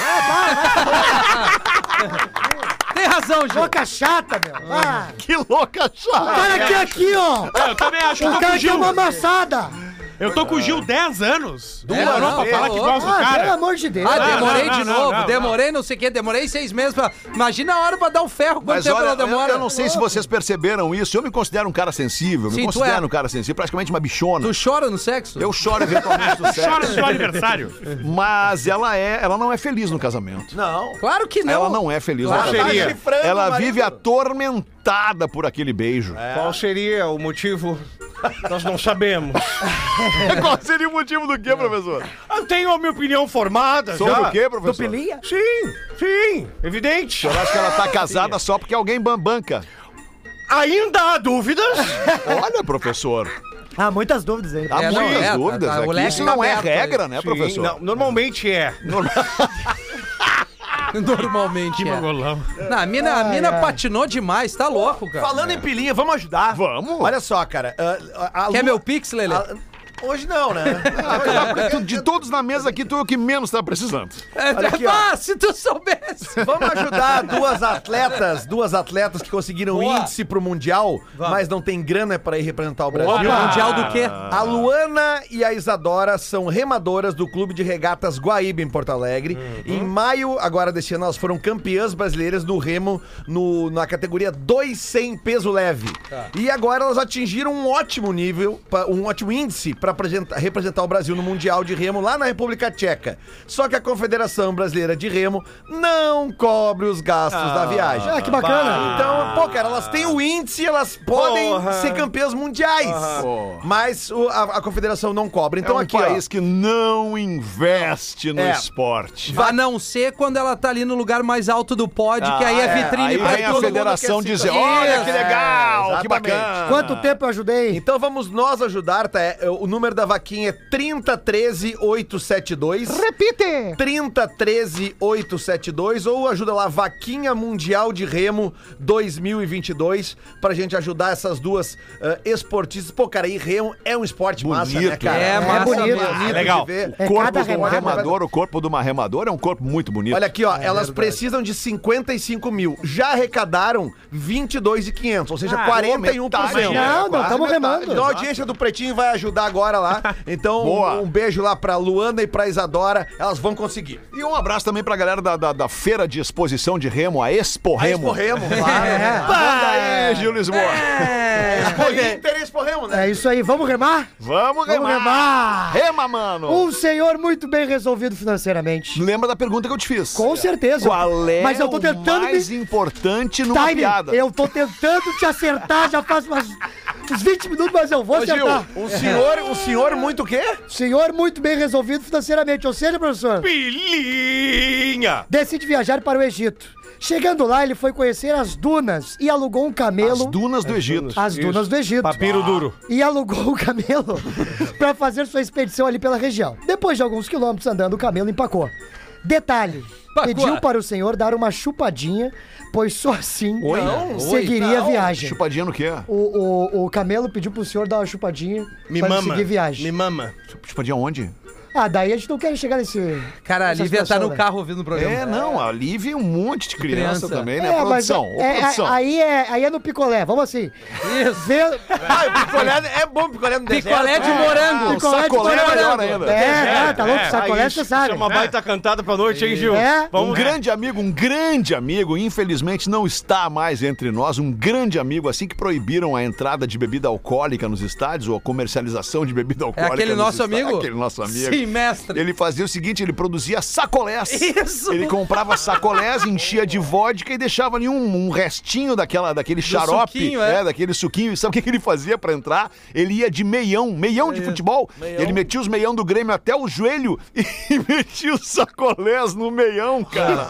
Speaker 5: Tem razão, Gil.
Speaker 8: Louca chata, meu. Ah.
Speaker 2: Que louca
Speaker 8: O
Speaker 2: chata!
Speaker 8: cara que é aqui, ó.
Speaker 9: Eu também acho que
Speaker 8: O
Speaker 9: eu tô com
Speaker 8: cara
Speaker 9: o
Speaker 8: que é
Speaker 9: Gil.
Speaker 8: uma amassada.
Speaker 9: Eu tô com o Gil 10 anos. Duas
Speaker 5: É,
Speaker 9: anos
Speaker 5: não,
Speaker 9: pra falar
Speaker 5: eu-
Speaker 9: que gosta do
Speaker 8: Ah,
Speaker 9: cara.
Speaker 8: pelo amor de Deus.
Speaker 5: Ah,
Speaker 9: Não,
Speaker 5: demorei
Speaker 9: não,
Speaker 5: de
Speaker 9: não,
Speaker 5: novo,
Speaker 9: não, não.
Speaker 5: demorei não sei o que, demorei seis meses pra. Imagina a hora pra dar o ferro, quanto
Speaker 2: Mas
Speaker 5: tempo
Speaker 2: olha,
Speaker 5: ela demora.
Speaker 2: eu, eu não sei se vocês perceberam isso. Eu me considero um cara sensível, me
Speaker 5: Sim, tu
Speaker 2: considero
Speaker 5: é.
Speaker 2: um cara sensível, praticamente uma bichona.
Speaker 5: Tu chora no sexo?
Speaker 2: Eu choro eventualmente do sexo.
Speaker 9: Chora no seu aniversário.
Speaker 2: Mas ela é, ela não é feliz no casamento.
Speaker 10: Não.
Speaker 5: Claro que não. tá
Speaker 2: Ela não é feliz
Speaker 15: Claro.
Speaker 2: no casamento.
Speaker 15: Seria.
Speaker 10: Chifrando o
Speaker 2: Ela
Speaker 10: marido.
Speaker 2: vive atormentada por aquele beijo.
Speaker 10: É.
Speaker 15: Qual seria o motivo? Nós não sabemos.
Speaker 2: Qual seria o motivo do quê, professor?
Speaker 15: Eu tenho a minha opinião formada
Speaker 10: Ah,
Speaker 2: Sobre
Speaker 15: já.
Speaker 2: o quê, professor?
Speaker 8: Pelinha?
Speaker 15: Sim, sim, evidente.
Speaker 2: Eu acho que ela tá casada só porque alguém bambanca.
Speaker 15: Ainda há dúvidas?
Speaker 2: Olha, professor.
Speaker 8: Ah, muitas dúvidas aí.
Speaker 2: Há
Speaker 5: É, não,
Speaker 2: muitas
Speaker 5: é, tá,
Speaker 2: dúvidas.
Speaker 5: tá, o
Speaker 2: aqui.
Speaker 5: leque
Speaker 2: Isso
Speaker 5: tá
Speaker 2: não é
Speaker 5: aberto
Speaker 2: regra,
Speaker 5: aí.
Speaker 2: né,
Speaker 15: Sim,
Speaker 2: professor?
Speaker 15: não, normalmente é.
Speaker 5: Normalmente.
Speaker 9: Que
Speaker 5: é.
Speaker 9: mangolão.
Speaker 5: Não, a mina, a mina patinou demais, tá louco, cara.
Speaker 10: Falando em pilinha, vamos ajudar.
Speaker 2: Vamos.
Speaker 10: Olha só, cara. ah, a- a- a
Speaker 5: Quer
Speaker 10: Lu-
Speaker 5: meu pix, Lelê?
Speaker 10: a- Hoje não, né?
Speaker 2: Tu- tá De todos na mesa aqui, tu é o que menos tá precisando.
Speaker 5: É,
Speaker 10: olha aqui, ó.
Speaker 5: ah, se tu soubesse!
Speaker 10: Vamos ajudar duas atletas, duas atletas que conseguiram
Speaker 5: Boa.
Speaker 10: índice pro Mundial, mas não tem grana pra ir representar o Brasil.
Speaker 5: E o mundial do quê?
Speaker 8: Ah.
Speaker 10: A Luana e a Isadora são remadoras do Clube de Regatas Guaíba, em Porto Alegre.
Speaker 8: Ah.
Speaker 10: Em maio, agora deste ano, elas foram campeãs brasileiras no remo no- na categoria 200 peso leve. E agora elas atingiram um ótimo nível, pa- um ótimo índice pra para representar o Brasil no Mundial de Remo lá na República Tcheca. Só que a Confederação Brasileira de Remo não cobre os gastos da viagem.
Speaker 8: Ah, que bacana.
Speaker 10: Então, pô, cara, elas têm o índice, elas podem ser campeãs mundiais. Mas o- a, a Confederação não cobra. Então
Speaker 3: é um
Speaker 10: aqui, ó,
Speaker 3: país que não investe no
Speaker 10: É.
Speaker 3: esporte.
Speaker 5: A não ser quando ela tá ali no lugar mais alto do pódio, que aí é, vitrine
Speaker 3: aí
Speaker 5: pra
Speaker 3: vem a
Speaker 5: todo mundo
Speaker 3: federação
Speaker 2: é
Speaker 5: que
Speaker 3: dizer,
Speaker 5: assiste.
Speaker 3: olha que
Speaker 5: Isso.
Speaker 3: legal,
Speaker 10: É,
Speaker 3: que
Speaker 10: exatamente.
Speaker 3: bacana.
Speaker 8: Quanto tempo eu ajudei?
Speaker 10: Então vamos nós ajudar, tá? É, O número da vaquinha é 3013872.
Speaker 8: Repite!
Speaker 10: 3013872 ou ajuda lá Vaquinha Mundial de Remo 2022 pra gente ajudar essas duas ah, esportistas. Pô, cara, e Remo é um esporte massa, né,
Speaker 3: Bonito,
Speaker 10: cara?
Speaker 5: é, massa mesmo.
Speaker 10: de
Speaker 3: Legal.
Speaker 10: ver.
Speaker 8: É
Speaker 3: O corpo de um
Speaker 10: remada-
Speaker 3: remador, o corpo de uma remadora é um corpo muito bonito.
Speaker 10: Olha aqui, ó, elas precisam de 55 mil. Já arrecadaram 22,500, ou seja,
Speaker 3: Ah,
Speaker 10: 41%.
Speaker 3: metade, né?
Speaker 8: Não, não,
Speaker 10: Quase
Speaker 8: tamo
Speaker 10: metade.
Speaker 8: remando.
Speaker 10: Então a audiência do Pretinho vai ajudar agora lá. Então,
Speaker 3: Boa.
Speaker 10: um beijo lá pra Luana e pra Isadora. Elas vão conseguir.
Speaker 3: E um abraço também pra galera da, da, da feira de exposição de remo, a Expo
Speaker 10: A
Speaker 3: Remo.
Speaker 10: Expo Remo, claro.
Speaker 8: né?
Speaker 3: Manda aí, Gil Lisboa.
Speaker 10: Expo Inter, Expo Remo, né?
Speaker 8: É isso aí, vamos remar?
Speaker 3: Vamos
Speaker 8: Vamos
Speaker 3: remar.
Speaker 8: remar!
Speaker 3: Rema, mano.
Speaker 8: Um senhor muito bem resolvido financeiramente.
Speaker 3: Lembra da pergunta que eu te fiz.
Speaker 8: Com certeza.
Speaker 3: Qual é
Speaker 8: Mas eu tô
Speaker 3: o
Speaker 8: tentando
Speaker 3: mais
Speaker 8: me...
Speaker 3: importante numa
Speaker 8: Time,
Speaker 3: piada?
Speaker 8: eu tô tentando te acertar, já faz umas, uns 20 minutos, mas eu vou
Speaker 10: Ô, Gil,
Speaker 8: acertar.
Speaker 10: um senhor, um senhor muito o quê?
Speaker 8: Senhor muito bem resolvido financeiramente, ou seja, professor,
Speaker 9: Pilinha!
Speaker 8: decide viajar para o Egito. Chegando lá, ele foi conhecer as dunas e alugou um
Speaker 3: As
Speaker 8: camelo.
Speaker 3: dunas do Egito.
Speaker 8: As dunas do Egito. Ah.
Speaker 15: Papiro duro.
Speaker 8: E alugou o camelo para fazer sua expedição ali pela região. Depois de alguns quilômetros andando, o camelo empacou. Detalhe.
Speaker 5: Empacou.
Speaker 8: Pediu para o senhor dar uma chupadinha, pois só assim
Speaker 3: Oi?
Speaker 8: seguiria a viagem.
Speaker 3: Chupadinha no quê?
Speaker 8: O, o, o camelo pediu pro senhor dar uma chupadinha
Speaker 11: Me
Speaker 8: pra ele
Speaker 11: mama.
Speaker 8: seguir viagem.
Speaker 11: Me mama.
Speaker 3: Chupadinha onde?
Speaker 8: Ah, daí a gente não quer chegar nesse.
Speaker 5: Cara, a
Speaker 8: nessa
Speaker 5: Lívia tá
Speaker 8: situação,
Speaker 5: no
Speaker 8: né?
Speaker 5: carro ouvindo o programa.
Speaker 3: É, não, a Lívia é um monte de criança,
Speaker 5: Criança.
Speaker 3: também, né?
Speaker 8: É, mas
Speaker 3: produção. Ô,
Speaker 8: é, é,
Speaker 3: produção.
Speaker 8: aí, é, aí é no picolé, vamos assim.
Speaker 5: Isso.
Speaker 8: Vê-
Speaker 10: Ah, o picolé é bom picolé no deserto.
Speaker 5: Picolé de morango.
Speaker 8: picolé de
Speaker 3: sacolé é
Speaker 8: morango.
Speaker 3: melhor ainda.
Speaker 8: É, é, tá louco,
Speaker 15: é,
Speaker 8: sacolé
Speaker 15: aí
Speaker 8: você
Speaker 15: isso
Speaker 8: sabe.
Speaker 15: É uma baita cantada pra noite, hein, Gil?
Speaker 8: É.
Speaker 3: Um
Speaker 5: né?
Speaker 3: grande amigo, um grande amigo, infelizmente não está mais entre nós, um grande amigo, assim que proibiram a entrada de bebida alcoólica nos estádios, ou a comercialização de bebida alcoólica.
Speaker 5: É aquele
Speaker 3: nos
Speaker 5: nosso
Speaker 3: estádios,
Speaker 5: amigo?
Speaker 3: Aquele nosso amigo.
Speaker 5: Sim, mestre.
Speaker 3: Ele fazia o seguinte, ele produzia sacolés.
Speaker 5: Isso.
Speaker 3: Ele comprava sacolés, enchia de vodka e deixava ali um, um restinho daquela, daquele xarope,
Speaker 5: suquinho, é.
Speaker 3: daquele suquinho. E sabe o que que ele fazia pra entrar? Ele ia de meião, meião
Speaker 10: É,
Speaker 3: de futebol. Ele metia os meião do Grêmio até o joelho e metia os sacolés no meião, cara.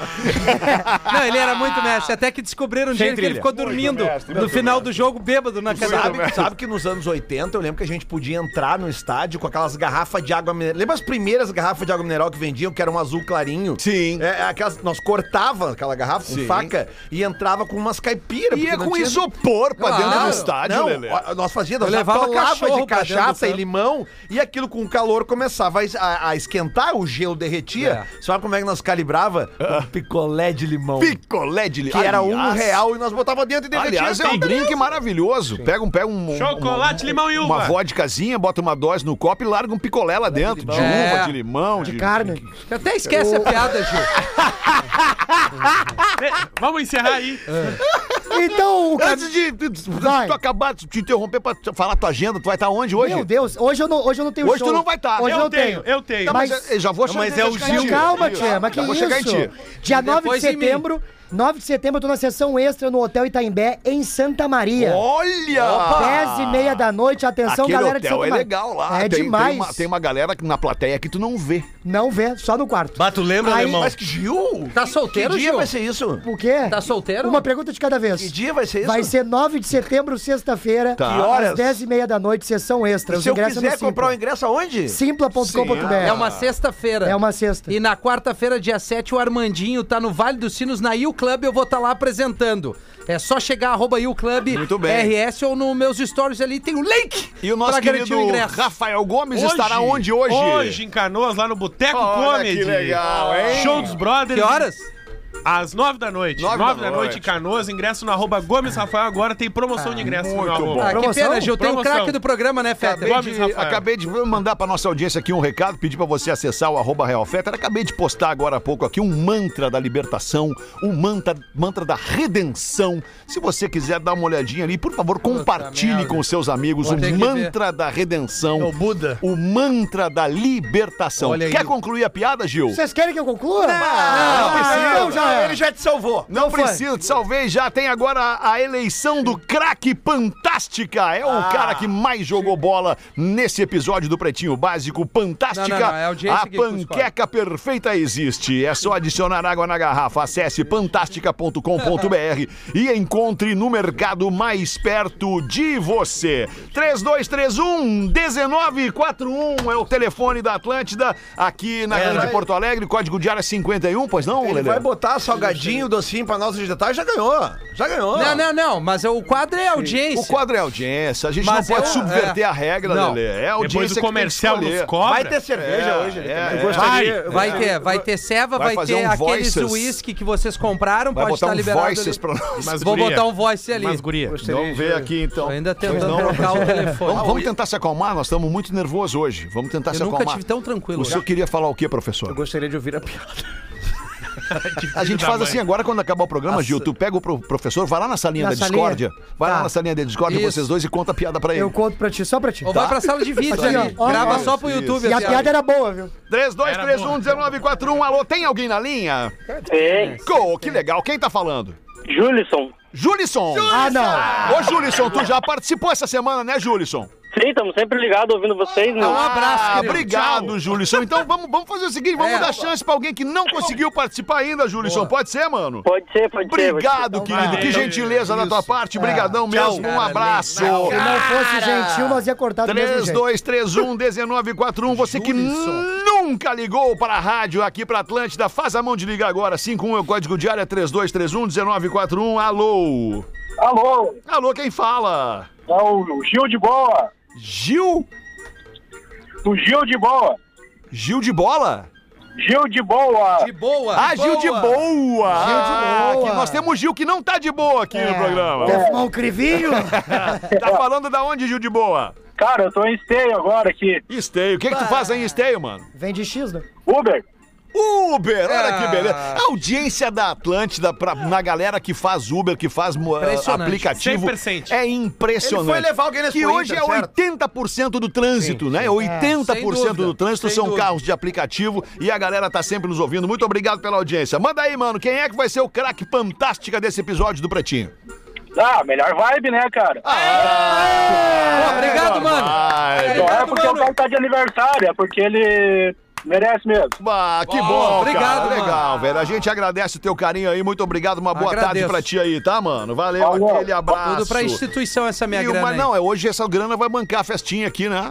Speaker 5: Não, ele era muito mestre. Até que descobriram um dia que ele
Speaker 3: trilha.
Speaker 5: ficou dormindo no final do jogo, bêbado na
Speaker 10: Sabe,
Speaker 5: cadeira.
Speaker 10: sabe que nos anos 80 eu lembro que a gente podia entrar no estádio com aquelas garrafas de água mineral. Lembra as primeiras garrafas de água mineral que vendiam, que eram um azul clarinho?
Speaker 3: Sim.
Speaker 10: É, aquelas, nós cortava aquela garrafa com
Speaker 3: Sim.
Speaker 10: faca e entrava com umas caipiras.
Speaker 3: Ia
Speaker 10: porque não
Speaker 3: com
Speaker 10: tinha-
Speaker 3: isopor pra
Speaker 5: Claro.
Speaker 3: dentro do estádio,
Speaker 10: não,
Speaker 3: Lelê.
Speaker 10: ó, nós fazíamos,
Speaker 5: Eu levava
Speaker 10: lava
Speaker 5: cachorro
Speaker 10: de
Speaker 5: pra dentro do
Speaker 10: cachaça e
Speaker 5: campo.
Speaker 10: limão e aquilo com o calor começava a es- a, a esquentar, o gelo derretia. Sabe como é que nós calibrava? Com picolé de limão.
Speaker 3: Picolé de li-
Speaker 10: que era um
Speaker 3: Aliás,
Speaker 10: real e nós botava dentro e derretia.
Speaker 3: Aliás, é um
Speaker 10: Sim.
Speaker 3: drink maravilhoso. Pega um, pega um. um-
Speaker 9: Chocolate,
Speaker 3: um-
Speaker 9: limão e uva.
Speaker 3: Uma vodkazinha, bota uma dose no copo e larga um picolé lá dentro. De,
Speaker 5: limão.
Speaker 3: uva,
Speaker 5: É.
Speaker 3: de limão, de.
Speaker 8: Carne.
Speaker 5: Até esquece a piada, Gil.
Speaker 9: Vamos encerrar aí.
Speaker 8: Então, o cara.
Speaker 3: Antes de, de- de-
Speaker 8: Vai.
Speaker 3: tu acabar, de te interromper pra te falar tua agenda, tu vai estar onde hoje?
Speaker 8: Meu Deus, hoje eu não, hoje eu não tenho
Speaker 3: Hoje
Speaker 8: show.
Speaker 3: tu não vai tá.
Speaker 8: Hoje
Speaker 9: Eu,
Speaker 8: eu, não
Speaker 9: tenho,
Speaker 8: tenho.
Speaker 9: eu tenho.
Speaker 8: Mas-
Speaker 3: eu- eu já vou chegar
Speaker 11: mas é o
Speaker 3: já
Speaker 8: Não,
Speaker 3: chegar em ti.
Speaker 8: calma,
Speaker 3: Isso.
Speaker 8: tia, mas que
Speaker 3: Já vou chegar em ti.
Speaker 8: isso? Dia 9 de
Speaker 5: Depois em
Speaker 8: setembro, 9 de setembro, eu tô na sessão extra no Hotel Itaimbé, em Santa Maria.
Speaker 3: Olha!
Speaker 8: 10 e meia da noite, atenção,
Speaker 3: Aquele
Speaker 8: galera de
Speaker 3: hotel
Speaker 8: Santa
Speaker 3: é
Speaker 8: Maria.
Speaker 3: legal lá.
Speaker 8: É
Speaker 3: tem, tem
Speaker 8: demais.
Speaker 3: uma, tem uma galera que- na plateia que tu não vê.
Speaker 8: Não vê, só no quarto.
Speaker 11: Bato, lembra,
Speaker 8: Aí-
Speaker 11: alemão?
Speaker 10: Mas que Gil!
Speaker 5: Tá solteiro,
Speaker 10: que dia
Speaker 5: Gil?
Speaker 10: vai ser isso?
Speaker 8: O quê?
Speaker 5: Tá solteiro?
Speaker 8: Uma pergunta de cada vez.
Speaker 10: Que dia vai ser isso?
Speaker 8: Vai ser 9 de setembro, sexta-feira,
Speaker 3: é Tá.
Speaker 10: Que horas?
Speaker 8: às 10 e meia da noite, sessão extra. é
Speaker 10: Se eu quiser
Speaker 3: um
Speaker 10: comprar o ingresso aonde?
Speaker 8: Simpla.com.br.
Speaker 5: É uma sexta-feira.
Speaker 8: É uma sexta.
Speaker 5: E na quarta-feira, dia 7, o Armandinho tá no Vale dos Sinos, na U Club. Eu vou estar lá apresentando. É só chegar, arroba U Club
Speaker 3: Muito bem.
Speaker 5: RS ou nos meus stories ali. Tem o link
Speaker 3: E o nosso
Speaker 5: pra garantir
Speaker 3: querido
Speaker 5: o ingresso.
Speaker 3: Rafael Gomes estará onde hoje?
Speaker 9: Hoje, em Canoas, lá no Boteco
Speaker 3: Olha
Speaker 9: Comedy.
Speaker 3: que legal, hein?
Speaker 9: Show dos Brothers.
Speaker 5: Que horas?
Speaker 9: Às nove da noite.
Speaker 3: Nove
Speaker 9: Nove,
Speaker 3: da
Speaker 9: da, noite,
Speaker 3: noite.
Speaker 9: Canoas, ingresso no arroba Gomes Rafael agora, tem promoção de ingresso no meu
Speaker 3: muito
Speaker 9: arroba.
Speaker 3: bom. Ah, que
Speaker 5: pena, Gil, tem o
Speaker 9: Promoção.
Speaker 5: craque do programa, né, Feta?
Speaker 9: Acabei de-
Speaker 3: Acabei de mandar pra nossa audiência aqui um recado, pedir pra você acessar o arroba Real Fetter. Acabei de postar agora há pouco aqui um mantra da libertação, um mantra, mantra da redenção. Se você quiser dar uma olhadinha ali, por favor, compartilhe
Speaker 16: merda.
Speaker 3: com os seus amigos
Speaker 16: Vou ter
Speaker 3: o
Speaker 16: que É
Speaker 3: mantra da redenção. o Buda. O mantra da libertação.
Speaker 16: Olha aí.
Speaker 3: Quer concluir a piada, Gil?
Speaker 8: Vocês querem que eu conclua?
Speaker 3: não precisa.
Speaker 8: então já é.
Speaker 3: Ele já
Speaker 10: te salvou.
Speaker 3: Não,
Speaker 10: Não foi.
Speaker 3: precisa, te salvei já. Tem agora a, a eleição do craque Fantástica. É
Speaker 5: Ah.
Speaker 3: o cara que mais jogou bola nesse episódio do Pretinho Básico. Fantástica.
Speaker 5: Não, não, não, é a audiência
Speaker 3: a
Speaker 5: que escolhe.
Speaker 3: panqueca perfeita existe. É só adicionar água na garrafa. Acesse fantástica.com.br e encontre no mercado mais perto de você. 3231 1941 é o telefone da Atlântida aqui na
Speaker 10: É,
Speaker 3: Grande
Speaker 10: vai-
Speaker 3: Porto Alegre. Código de área 51, pois não,
Speaker 10: Ele
Speaker 3: Lelê?
Speaker 2: né?
Speaker 10: vai botar salgadinho, docinho pra nós hoje de tarde, já ganhou. Já ganhou.
Speaker 5: Não, não, não, mas o quadro é audiência.
Speaker 3: O quadro é audiência. A gente
Speaker 5: Mas
Speaker 3: não pode
Speaker 5: é-
Speaker 3: subverter
Speaker 5: é.
Speaker 3: a regra,
Speaker 5: Não.
Speaker 3: Lelê. É a
Speaker 5: Depois
Speaker 3: audiência
Speaker 5: do
Speaker 3: que tem que
Speaker 5: comercial
Speaker 3: escolher.
Speaker 5: nos cobra.
Speaker 10: Vai ter cerveja
Speaker 3: É,
Speaker 10: hoje, ele também. Eu
Speaker 5: Vai,
Speaker 10: gostaria-
Speaker 5: vai
Speaker 10: eu-
Speaker 5: ter, vai ter ceva,
Speaker 3: Vai
Speaker 5: vai,
Speaker 3: fazer
Speaker 5: ter
Speaker 3: um
Speaker 5: aqueles
Speaker 3: Voices.
Speaker 5: uísque que vocês compraram,
Speaker 3: Vai botar
Speaker 5: pode estar
Speaker 3: um
Speaker 5: liberado.
Speaker 3: Voices
Speaker 5: ali.
Speaker 3: pra nós.
Speaker 9: Mas
Speaker 5: Vou
Speaker 9: guria.
Speaker 5: botar um voice ali.
Speaker 9: Mas guria. Gostaria
Speaker 3: Vamos ver aqui então.
Speaker 5: Ainda
Speaker 3: Pois
Speaker 5: tentando trocar o telefone.
Speaker 3: Vamos, vamos tentar se acalmar, nós estamos muito nervosos hoje. Vamos tentar
Speaker 5: Eu
Speaker 3: se
Speaker 5: nunca
Speaker 3: acalmar.
Speaker 5: tive tão tranquilo.
Speaker 3: O senhor queria falar o quê, professor?
Speaker 15: Eu gostaria de ouvir a piada.
Speaker 3: A gente faz assim agora, quando acabar o programa, Gil, tu pega o pro- professor, vai lá na salinha
Speaker 8: Na
Speaker 3: da
Speaker 8: salinha?
Speaker 3: discórdia. Vai lá
Speaker 8: Tá.
Speaker 3: na salinha da discórdia,
Speaker 8: Isso.
Speaker 3: vocês dois, e conta a piada pra ele.
Speaker 8: Eu conto pra ti, só pra ti.
Speaker 5: Ou
Speaker 3: tá
Speaker 5: vai pra sala de vídeo
Speaker 8: Aqui,
Speaker 5: ali.
Speaker 8: ó, ó,
Speaker 5: Grava
Speaker 8: ó.
Speaker 5: só pro YouTube.
Speaker 8: E a
Speaker 5: assim, ó.
Speaker 3: é
Speaker 8: piada era boa, viu?
Speaker 3: 3, 2, 3, 1, 1941. Alô, tem alguém na linha? Tem. que legal. Quem tá falando? Julisson. Julisson.
Speaker 8: Ah, não.
Speaker 3: Ô, Julisson, tu já participou essa semana, né, Julisson?
Speaker 17: Sim, estamos sempre ligados ouvindo vocês.
Speaker 5: um
Speaker 17: Né?
Speaker 3: Ah, obrigado, Julisson. Então vamos, vamos fazer o seguinte, vamos dar chance pra alguém que não conseguiu participar ainda, Julisson. Pode ser, mano? Pode ser, pode
Speaker 17: ser.
Speaker 3: Obrigado,
Speaker 17: Então
Speaker 3: querido.
Speaker 17: vai.
Speaker 3: Que gentileza da tua parte. Obrigadão mesmo. um abraço.
Speaker 8: Se não fosse gentil, nós ia cortar Tá do mesmo
Speaker 3: 3,
Speaker 8: jeito.
Speaker 3: 2, 3, 1, 1941. Você que nunca ligou para a rádio aqui para Atlântida, faz a mão de ligar agora. 51 é o código de área 3231 1941. Alô. Alô. Alô, quem fala? É o Gil de Boa. Gil? O Gil de Boa. Gil de Bola? Gil de boa!
Speaker 5: De boa!
Speaker 8: Tá
Speaker 3: Ah, Gil de boa! Ah,
Speaker 8: boa. É.
Speaker 3: que nós temos Gil que não tá de boa aqui no programa.
Speaker 8: Quer fumar um crivinho?
Speaker 3: tá falando da onde, Gil de Boa? Cara, eu tô em esteio agora aqui. Esteio. O que, que tu faz aí em esteio, mano?
Speaker 8: Vende X, né?
Speaker 3: Uber. Uber, olha
Speaker 8: Ah.
Speaker 3: que beleza. A audiência da Atlântida pra, na galera que faz Uber, que faz mo-
Speaker 10: Impressionante.
Speaker 3: aplicativo,
Speaker 10: 100%.
Speaker 3: é impressionante.
Speaker 10: Ele foi levar alguém na
Speaker 3: Que
Speaker 10: Expo
Speaker 3: hoje
Speaker 10: Inter,
Speaker 3: é
Speaker 10: certo? É,
Speaker 3: 80% do trânsito, né?
Speaker 10: sem
Speaker 3: 80%
Speaker 10: dúvida,
Speaker 3: do trânsito
Speaker 10: sem
Speaker 3: são
Speaker 10: dúvida.
Speaker 3: carros de aplicativo e a galera tá sempre nos ouvindo. Muito obrigado pela audiência. Manda aí, mano, quem é que vai ser o craque fantástica desse episódio do Pretinho?
Speaker 17: Ah, melhor vibe, né, cara?
Speaker 5: obrigado, mano.
Speaker 17: Não é porque o cara tá de aniversário, é porque ele merece mesmo.
Speaker 3: Bah, que bom, cara. Legal, velho. A gente agradece o teu carinho aí. Muito obrigado. Uma boa tarde
Speaker 5: Agradeço.
Speaker 3: pra ti aí, tá, mano? Valeu, aquele abraço.
Speaker 5: Tudo pra instituição essa minha
Speaker 3: E o-
Speaker 5: grana.
Speaker 3: Mas
Speaker 5: aí.
Speaker 3: não, é hoje essa grana vai bancar a festinha aqui, né?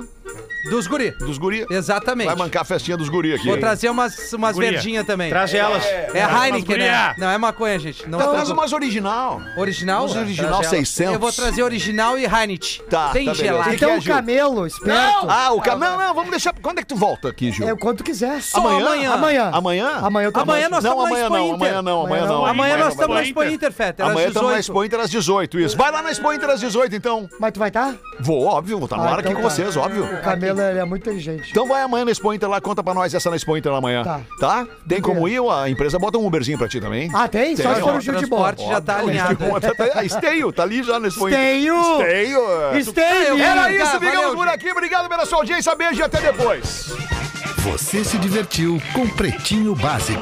Speaker 5: Dos guri.
Speaker 3: Dos guri.
Speaker 5: Exatamente.
Speaker 3: Vai bancar a festinha dos guri aqui.
Speaker 5: Vou trazer umas, umas
Speaker 3: Guria.
Speaker 5: verdinhas também.
Speaker 3: Traz elas.
Speaker 5: É,
Speaker 3: Traz umas
Speaker 5: Heineken, né?
Speaker 3: guria.
Speaker 5: Não, é maconha, gente. Não
Speaker 3: Então
Speaker 5: se
Speaker 3: traz
Speaker 5: preocupe.
Speaker 3: umas original.
Speaker 5: Original?
Speaker 3: Umas
Speaker 5: É,
Speaker 3: original
Speaker 5: traz elas.
Speaker 3: 600.
Speaker 5: Eu vou trazer original e Heineken.
Speaker 3: Tá,
Speaker 5: Tem
Speaker 3: tá beleza.
Speaker 5: gelado.
Speaker 3: Que que é, Gil?
Speaker 8: Então, um Camelo, esperto.
Speaker 3: Não! Ah, o cara. Não, não, vamos deixar. Quando é que tu volta aqui, Gil?
Speaker 8: É o quanto quiser.
Speaker 3: Só amanhã?
Speaker 8: Amanhã.
Speaker 3: Amanhã?
Speaker 8: Amanhã eu tô
Speaker 5: Amanhã nós
Speaker 3: não,
Speaker 5: estamos na
Speaker 3: amanhã
Speaker 5: Expo
Speaker 3: não,
Speaker 5: Inter.
Speaker 3: amanhã não, amanhã não.
Speaker 5: Amanhã nós
Speaker 3: não
Speaker 5: estamos na
Speaker 3: vai.
Speaker 5: Expo Inter, Feta. era às
Speaker 3: Amanhã estamos na
Speaker 5: 18.
Speaker 3: Expo Inter às 18, isso. Vai lá na Expo Inter às 18, então.
Speaker 8: Mas tu vai estar?
Speaker 3: Vou, óbvio, vou estar no
Speaker 8: Ah,
Speaker 3: ar
Speaker 8: então
Speaker 3: aqui com
Speaker 8: tá.
Speaker 3: vocês, óbvio.
Speaker 8: O Camelo, ele é muito inteligente.
Speaker 3: Então vai amanhã na Expo Inter lá, conta pra nós essa na Expo Inter lá amanhã. Tá.
Speaker 8: Tá.
Speaker 3: Tem como ir? A empresa bota um Uberzinho pra ti também.
Speaker 8: Ah, tem? Só se for
Speaker 3: ó.
Speaker 8: o Gil de Boa.
Speaker 5: Transporte já tá
Speaker 3: Óbvio,
Speaker 5: alinhado.
Speaker 3: Gil de Boa tá- tá- A Esteio, tá ali já na Expo Inter.
Speaker 8: Esteio!
Speaker 3: Esteio! é.
Speaker 8: Esteio!
Speaker 3: Era isso,
Speaker 5: Tá,
Speaker 3: ficamos
Speaker 5: valeu,
Speaker 3: por aqui. Obrigado pela sua audiência, beijo e até depois.
Speaker 18: Você se divertiu com Pretinho Básico.